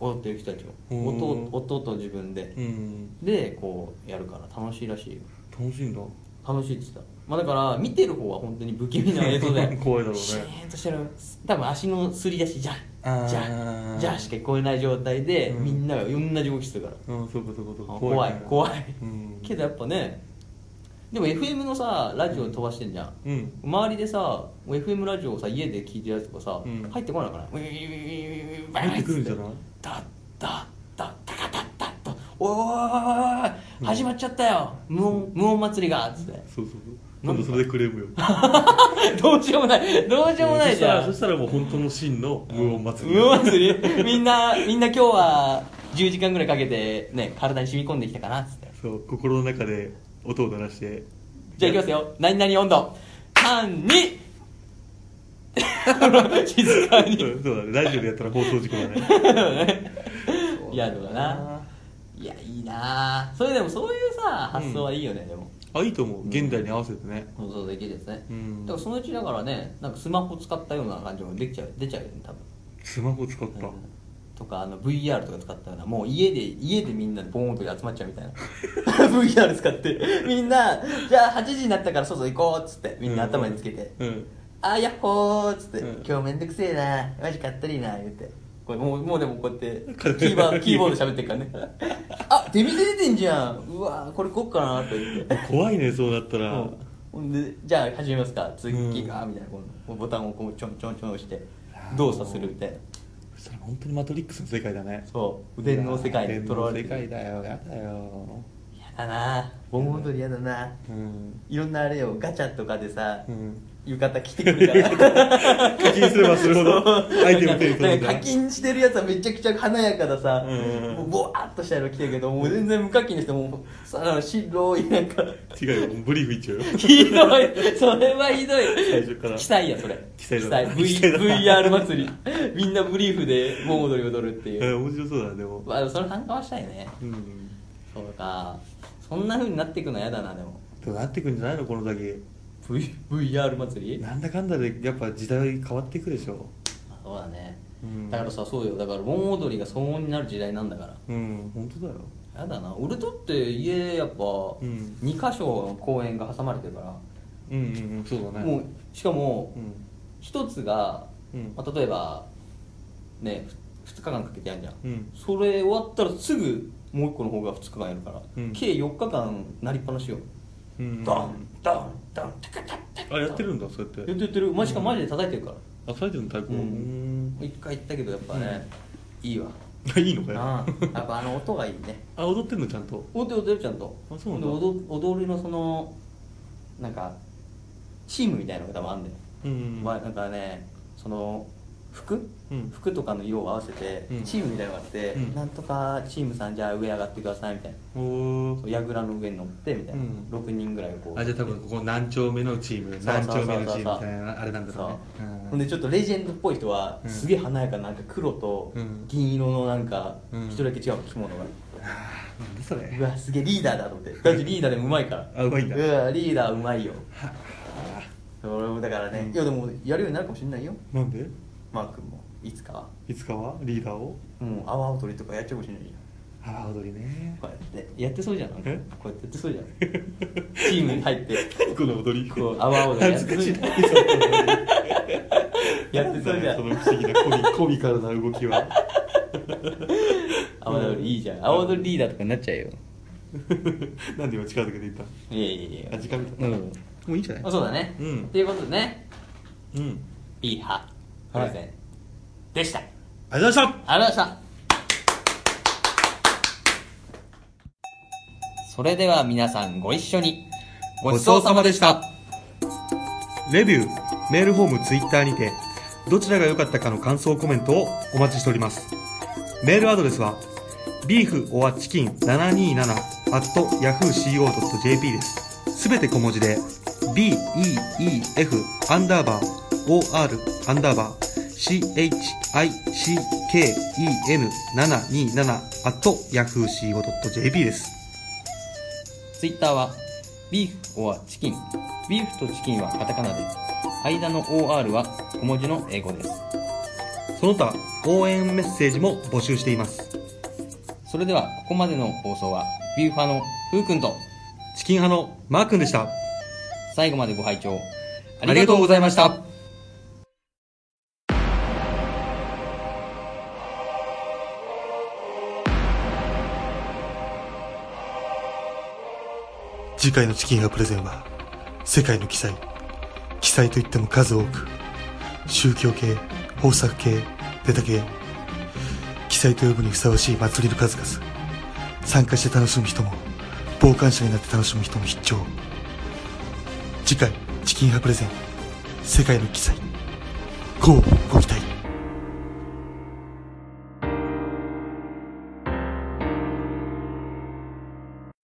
[SPEAKER 3] 踊ってる人たちも
[SPEAKER 2] うん
[SPEAKER 3] 音を音と自分で、
[SPEAKER 2] うん
[SPEAKER 3] でこうやるから楽しいらしいよ
[SPEAKER 2] 楽しいんだ
[SPEAKER 3] 楽しいって言ってた、まあ、だから見てる方は本当に不気味な映像だよ
[SPEAKER 2] 怖いだろうね
[SPEAKER 3] シーンとしてる多分足のすり出しじゃん
[SPEAKER 2] あ
[SPEAKER 5] あー
[SPEAKER 3] じゃじゃしか聞こえない状態で、
[SPEAKER 2] うん
[SPEAKER 3] みんなが同じ動きしてるから
[SPEAKER 2] うんそういうことそういうこと
[SPEAKER 3] 怖い
[SPEAKER 2] ね
[SPEAKER 3] 怖い
[SPEAKER 2] うん
[SPEAKER 3] けどやっぱねでも FM のさラジオ飛ばしてんじゃん、
[SPEAKER 2] うん
[SPEAKER 3] 周りでさ FM ラジオをさ家で聞いてるやつとかさ、
[SPEAKER 2] うん
[SPEAKER 3] 入ってこないかなウィーウィーウィーウィー
[SPEAKER 2] 入ってくるんじゃない
[SPEAKER 3] ダッダッダッダカダッダッとおいおいおいおいおい始まっちゃったよ無音無音祭りがっつって
[SPEAKER 2] そうそうそう今度それでクレームよ
[SPEAKER 3] [laughs] どうしようもないどうしようもないじゃ
[SPEAKER 2] そ
[SPEAKER 3] ん
[SPEAKER 2] したらそしたらもう本当の真の無音祭り
[SPEAKER 3] 無音祭りみんなみんな今日は10時間ぐらいかけてね体に染み込んできたかなっつって
[SPEAKER 2] そう心の中で音を鳴らして
[SPEAKER 3] じゃあいきますよ何々温度32 [laughs] 静かに
[SPEAKER 2] うんそうだねラジオでやったら放送事故だね
[SPEAKER 3] [laughs] やるわないやいいなあそれでもそういうさ発想はいいよね、でも
[SPEAKER 2] あいいと思う現代に合わせてね
[SPEAKER 3] そうそうできるですね、
[SPEAKER 2] うん
[SPEAKER 3] だからそのうちだからねなんかスマホ使ったような感じもできちゃう出ちゃうよね多分
[SPEAKER 2] スマホ使った
[SPEAKER 3] うんとかあの VR とか使ったようなもう家で家でみんなでボーンと集まっちゃうみたいな
[SPEAKER 2] [laughs]
[SPEAKER 3] VR 使ってみんなじゃあ8時になったから外行こうっつってみんな頭につけて、
[SPEAKER 2] うん
[SPEAKER 3] あーやっほーっつって、
[SPEAKER 2] うん
[SPEAKER 3] 今日めんどくせえなマジかったりな言ってこれもうもうでもこうやって
[SPEAKER 2] 勝
[SPEAKER 3] キ
[SPEAKER 2] 手に
[SPEAKER 3] ーボードキーボード喋ってる
[SPEAKER 2] [laughs]
[SPEAKER 3] からねあ出店出てんじゃんうわーこれこっかなって言って
[SPEAKER 2] 怖いねそうなったら
[SPEAKER 3] ほんでじゃあ始めますか次
[SPEAKER 2] うん
[SPEAKER 3] がみたいなこうボタンをこうちょんちょんちょん押して動作するみたいな
[SPEAKER 2] そしたら本当にマトリックスの世界だね
[SPEAKER 3] そう電脳世界にとらわれて
[SPEAKER 2] 電脳世界
[SPEAKER 3] る
[SPEAKER 2] だよやだよ
[SPEAKER 3] 嫌だな盆踊り嫌だな
[SPEAKER 2] うん
[SPEAKER 3] いろんなあれをガチャとかでさ、
[SPEAKER 2] うん
[SPEAKER 3] 浴衣着てくる [laughs] から
[SPEAKER 2] 課金すればするほどアイテム手に取るん
[SPEAKER 3] なんか課
[SPEAKER 2] だ
[SPEAKER 3] 金してるやつはめちゃくちゃ華やかださ、
[SPEAKER 2] うん
[SPEAKER 3] もうボワーっとした色着てるけどもう全然無課金の人もさあの白いなん [laughs] か
[SPEAKER 2] 違うよブリーフいっちゃうよ
[SPEAKER 3] ひどいそれはひどい
[SPEAKER 2] 最初から
[SPEAKER 3] 記載やそれ
[SPEAKER 2] 記載
[SPEAKER 3] 記
[SPEAKER 2] だ
[SPEAKER 3] 載 V
[SPEAKER 2] 記載だ
[SPEAKER 3] VR 祭りみんなブリーフで盆踊り踊るって [laughs] いう
[SPEAKER 2] え面白そうだねでも
[SPEAKER 3] まあそれ参加はしたいね
[SPEAKER 2] うん
[SPEAKER 3] そうかそんな風になっていくの嫌だなでも
[SPEAKER 2] どうなってくんじゃないのこの先
[SPEAKER 3] v VR
[SPEAKER 2] [laughs]
[SPEAKER 3] 祭り
[SPEAKER 2] なんだかんだでやっぱ時代変わっていくでしょ
[SPEAKER 3] あそうだね、
[SPEAKER 2] うん
[SPEAKER 3] だからさそうよだから盆踊りが騒音になる時代なんだから
[SPEAKER 2] うん本当だよ
[SPEAKER 3] やだな俺とって家やっぱ
[SPEAKER 2] うん
[SPEAKER 3] 2箇所の公園が挟まれてるか
[SPEAKER 2] うんうんうんそう
[SPEAKER 3] ら、
[SPEAKER 2] だね
[SPEAKER 3] もうしかも
[SPEAKER 2] うん
[SPEAKER 3] 一つが、
[SPEAKER 2] うん
[SPEAKER 3] まあ、例えばねふ2日間かけてやるじゃん、
[SPEAKER 2] うん
[SPEAKER 3] それ終わったらすぐもう一個の方が2日間やるから、
[SPEAKER 2] うん
[SPEAKER 3] 計4日間なりっぱなしよ、
[SPEAKER 2] うん
[SPEAKER 3] ドンドンドンタカタタ
[SPEAKER 2] あやってるんだそうやっ
[SPEAKER 3] やっててるやってるマジかマジで叩いてるから、
[SPEAKER 2] あそうやってるの太鼓
[SPEAKER 3] うん
[SPEAKER 2] うん
[SPEAKER 3] 一回行ったけどやっぱね、いいわ
[SPEAKER 2] いいのかよ
[SPEAKER 3] ああやっぱあの音がいいね
[SPEAKER 2] あ踊ってんのちゃんと
[SPEAKER 3] 踊ってる踊ってるちゃんと
[SPEAKER 2] あそうなんだ
[SPEAKER 3] で踊踊りのそのなんかチームみたいなのが多分あるんだよ、
[SPEAKER 2] うん
[SPEAKER 3] まあなんかねその服、
[SPEAKER 2] うん
[SPEAKER 3] 服とかの色を合わせて、
[SPEAKER 2] うん
[SPEAKER 3] チームみたいなのがあって、
[SPEAKER 2] うん
[SPEAKER 3] なんとかチームさんじゃあ上上がってくださいみたいな
[SPEAKER 2] おお
[SPEAKER 3] そう櫓の上に乗ってみたいな、
[SPEAKER 2] うん
[SPEAKER 3] 6人ぐらいこう
[SPEAKER 2] あじゃあ多分ここ何丁目のチーム
[SPEAKER 3] そう
[SPEAKER 2] 何
[SPEAKER 3] そうそう
[SPEAKER 2] 丁
[SPEAKER 3] そう
[SPEAKER 2] 目のチームみたいなあれなんだろうね
[SPEAKER 3] ほんでちょっとレジェンドっぽい人は、
[SPEAKER 2] うん
[SPEAKER 3] すげえ華やかななんか黒と
[SPEAKER 2] うん
[SPEAKER 3] 銀色のなんか
[SPEAKER 2] うん
[SPEAKER 3] 一人だけ違う着物が、
[SPEAKER 2] なんでそれ
[SPEAKER 3] うわすげえリーダーだと思ってだってリーダーでもうまいから
[SPEAKER 2] あうまいんだ
[SPEAKER 3] うわリーダーうまいよ俺もだからね、いやでもやるようになるかもしれないよ
[SPEAKER 2] なんで
[SPEAKER 3] マー君もいつかはい
[SPEAKER 2] つかはリーダーを
[SPEAKER 3] もう阿波踊りとかやっちゃうかもしれないよ
[SPEAKER 2] 阿波踊りね
[SPEAKER 3] こうやってやってそうじゃんこうや
[SPEAKER 2] え
[SPEAKER 3] ってやってそうじゃん
[SPEAKER 2] [laughs]
[SPEAKER 3] チームに入って
[SPEAKER 2] 何この踊り
[SPEAKER 3] こう阿波踊りやってそう
[SPEAKER 2] 恥ず
[SPEAKER 3] じ
[SPEAKER 2] かし
[SPEAKER 3] ゃん
[SPEAKER 2] いなその踊り
[SPEAKER 3] やってそうじゃ
[SPEAKER 2] そ
[SPEAKER 3] ん
[SPEAKER 2] の不思議なコミコミカルな動きは [laughs]
[SPEAKER 3] 阿波踊りいいじゃん阿波踊りリーダーとかになっちゃうよ
[SPEAKER 2] なんで今力づけて言った
[SPEAKER 3] いやいやいや
[SPEAKER 2] あ時間見た
[SPEAKER 3] うん
[SPEAKER 2] もういいんじゃな
[SPEAKER 3] あそうだねと、
[SPEAKER 2] うん
[SPEAKER 3] いうことでね
[SPEAKER 2] うんありがとう
[SPEAKER 3] いい派プレゼン、でした
[SPEAKER 2] ございました
[SPEAKER 3] ありがとうございましたそれでは皆さんご一緒にごちそうさまでした
[SPEAKER 5] レビュー、メールフォーム、ツイッターにて、どちらが良かったかの感想コメントをお待ちしております。メールアドレスは、beeforchicken727-yahooco.jp です。すべて小文字で、beef アンダーバー or アンダーバー chicken727-yahooco.jp です。
[SPEAKER 3] ツイッターは、ビーフ or チキン。ビーフとチキンはカタカナで、間の OR は小文字の英語です。
[SPEAKER 5] その他、応援メッセージも募集しています。
[SPEAKER 3] それでは、ここまでの放送は、ビューファのふうくんと、
[SPEAKER 5] チキン派のマー君でした。
[SPEAKER 3] 最後までご拝聴あ
[SPEAKER 5] ありがとうございました。
[SPEAKER 2] 次回のチキンやプレゼンは世界の記載記載といっても数多く宗教系豊作系ネタ系記載と呼ぶにふさわしい祭りの数々参加して楽しむ人も傍観者になって楽しむ人も必聴次回チキンハプレゼン世界の記載こうご期待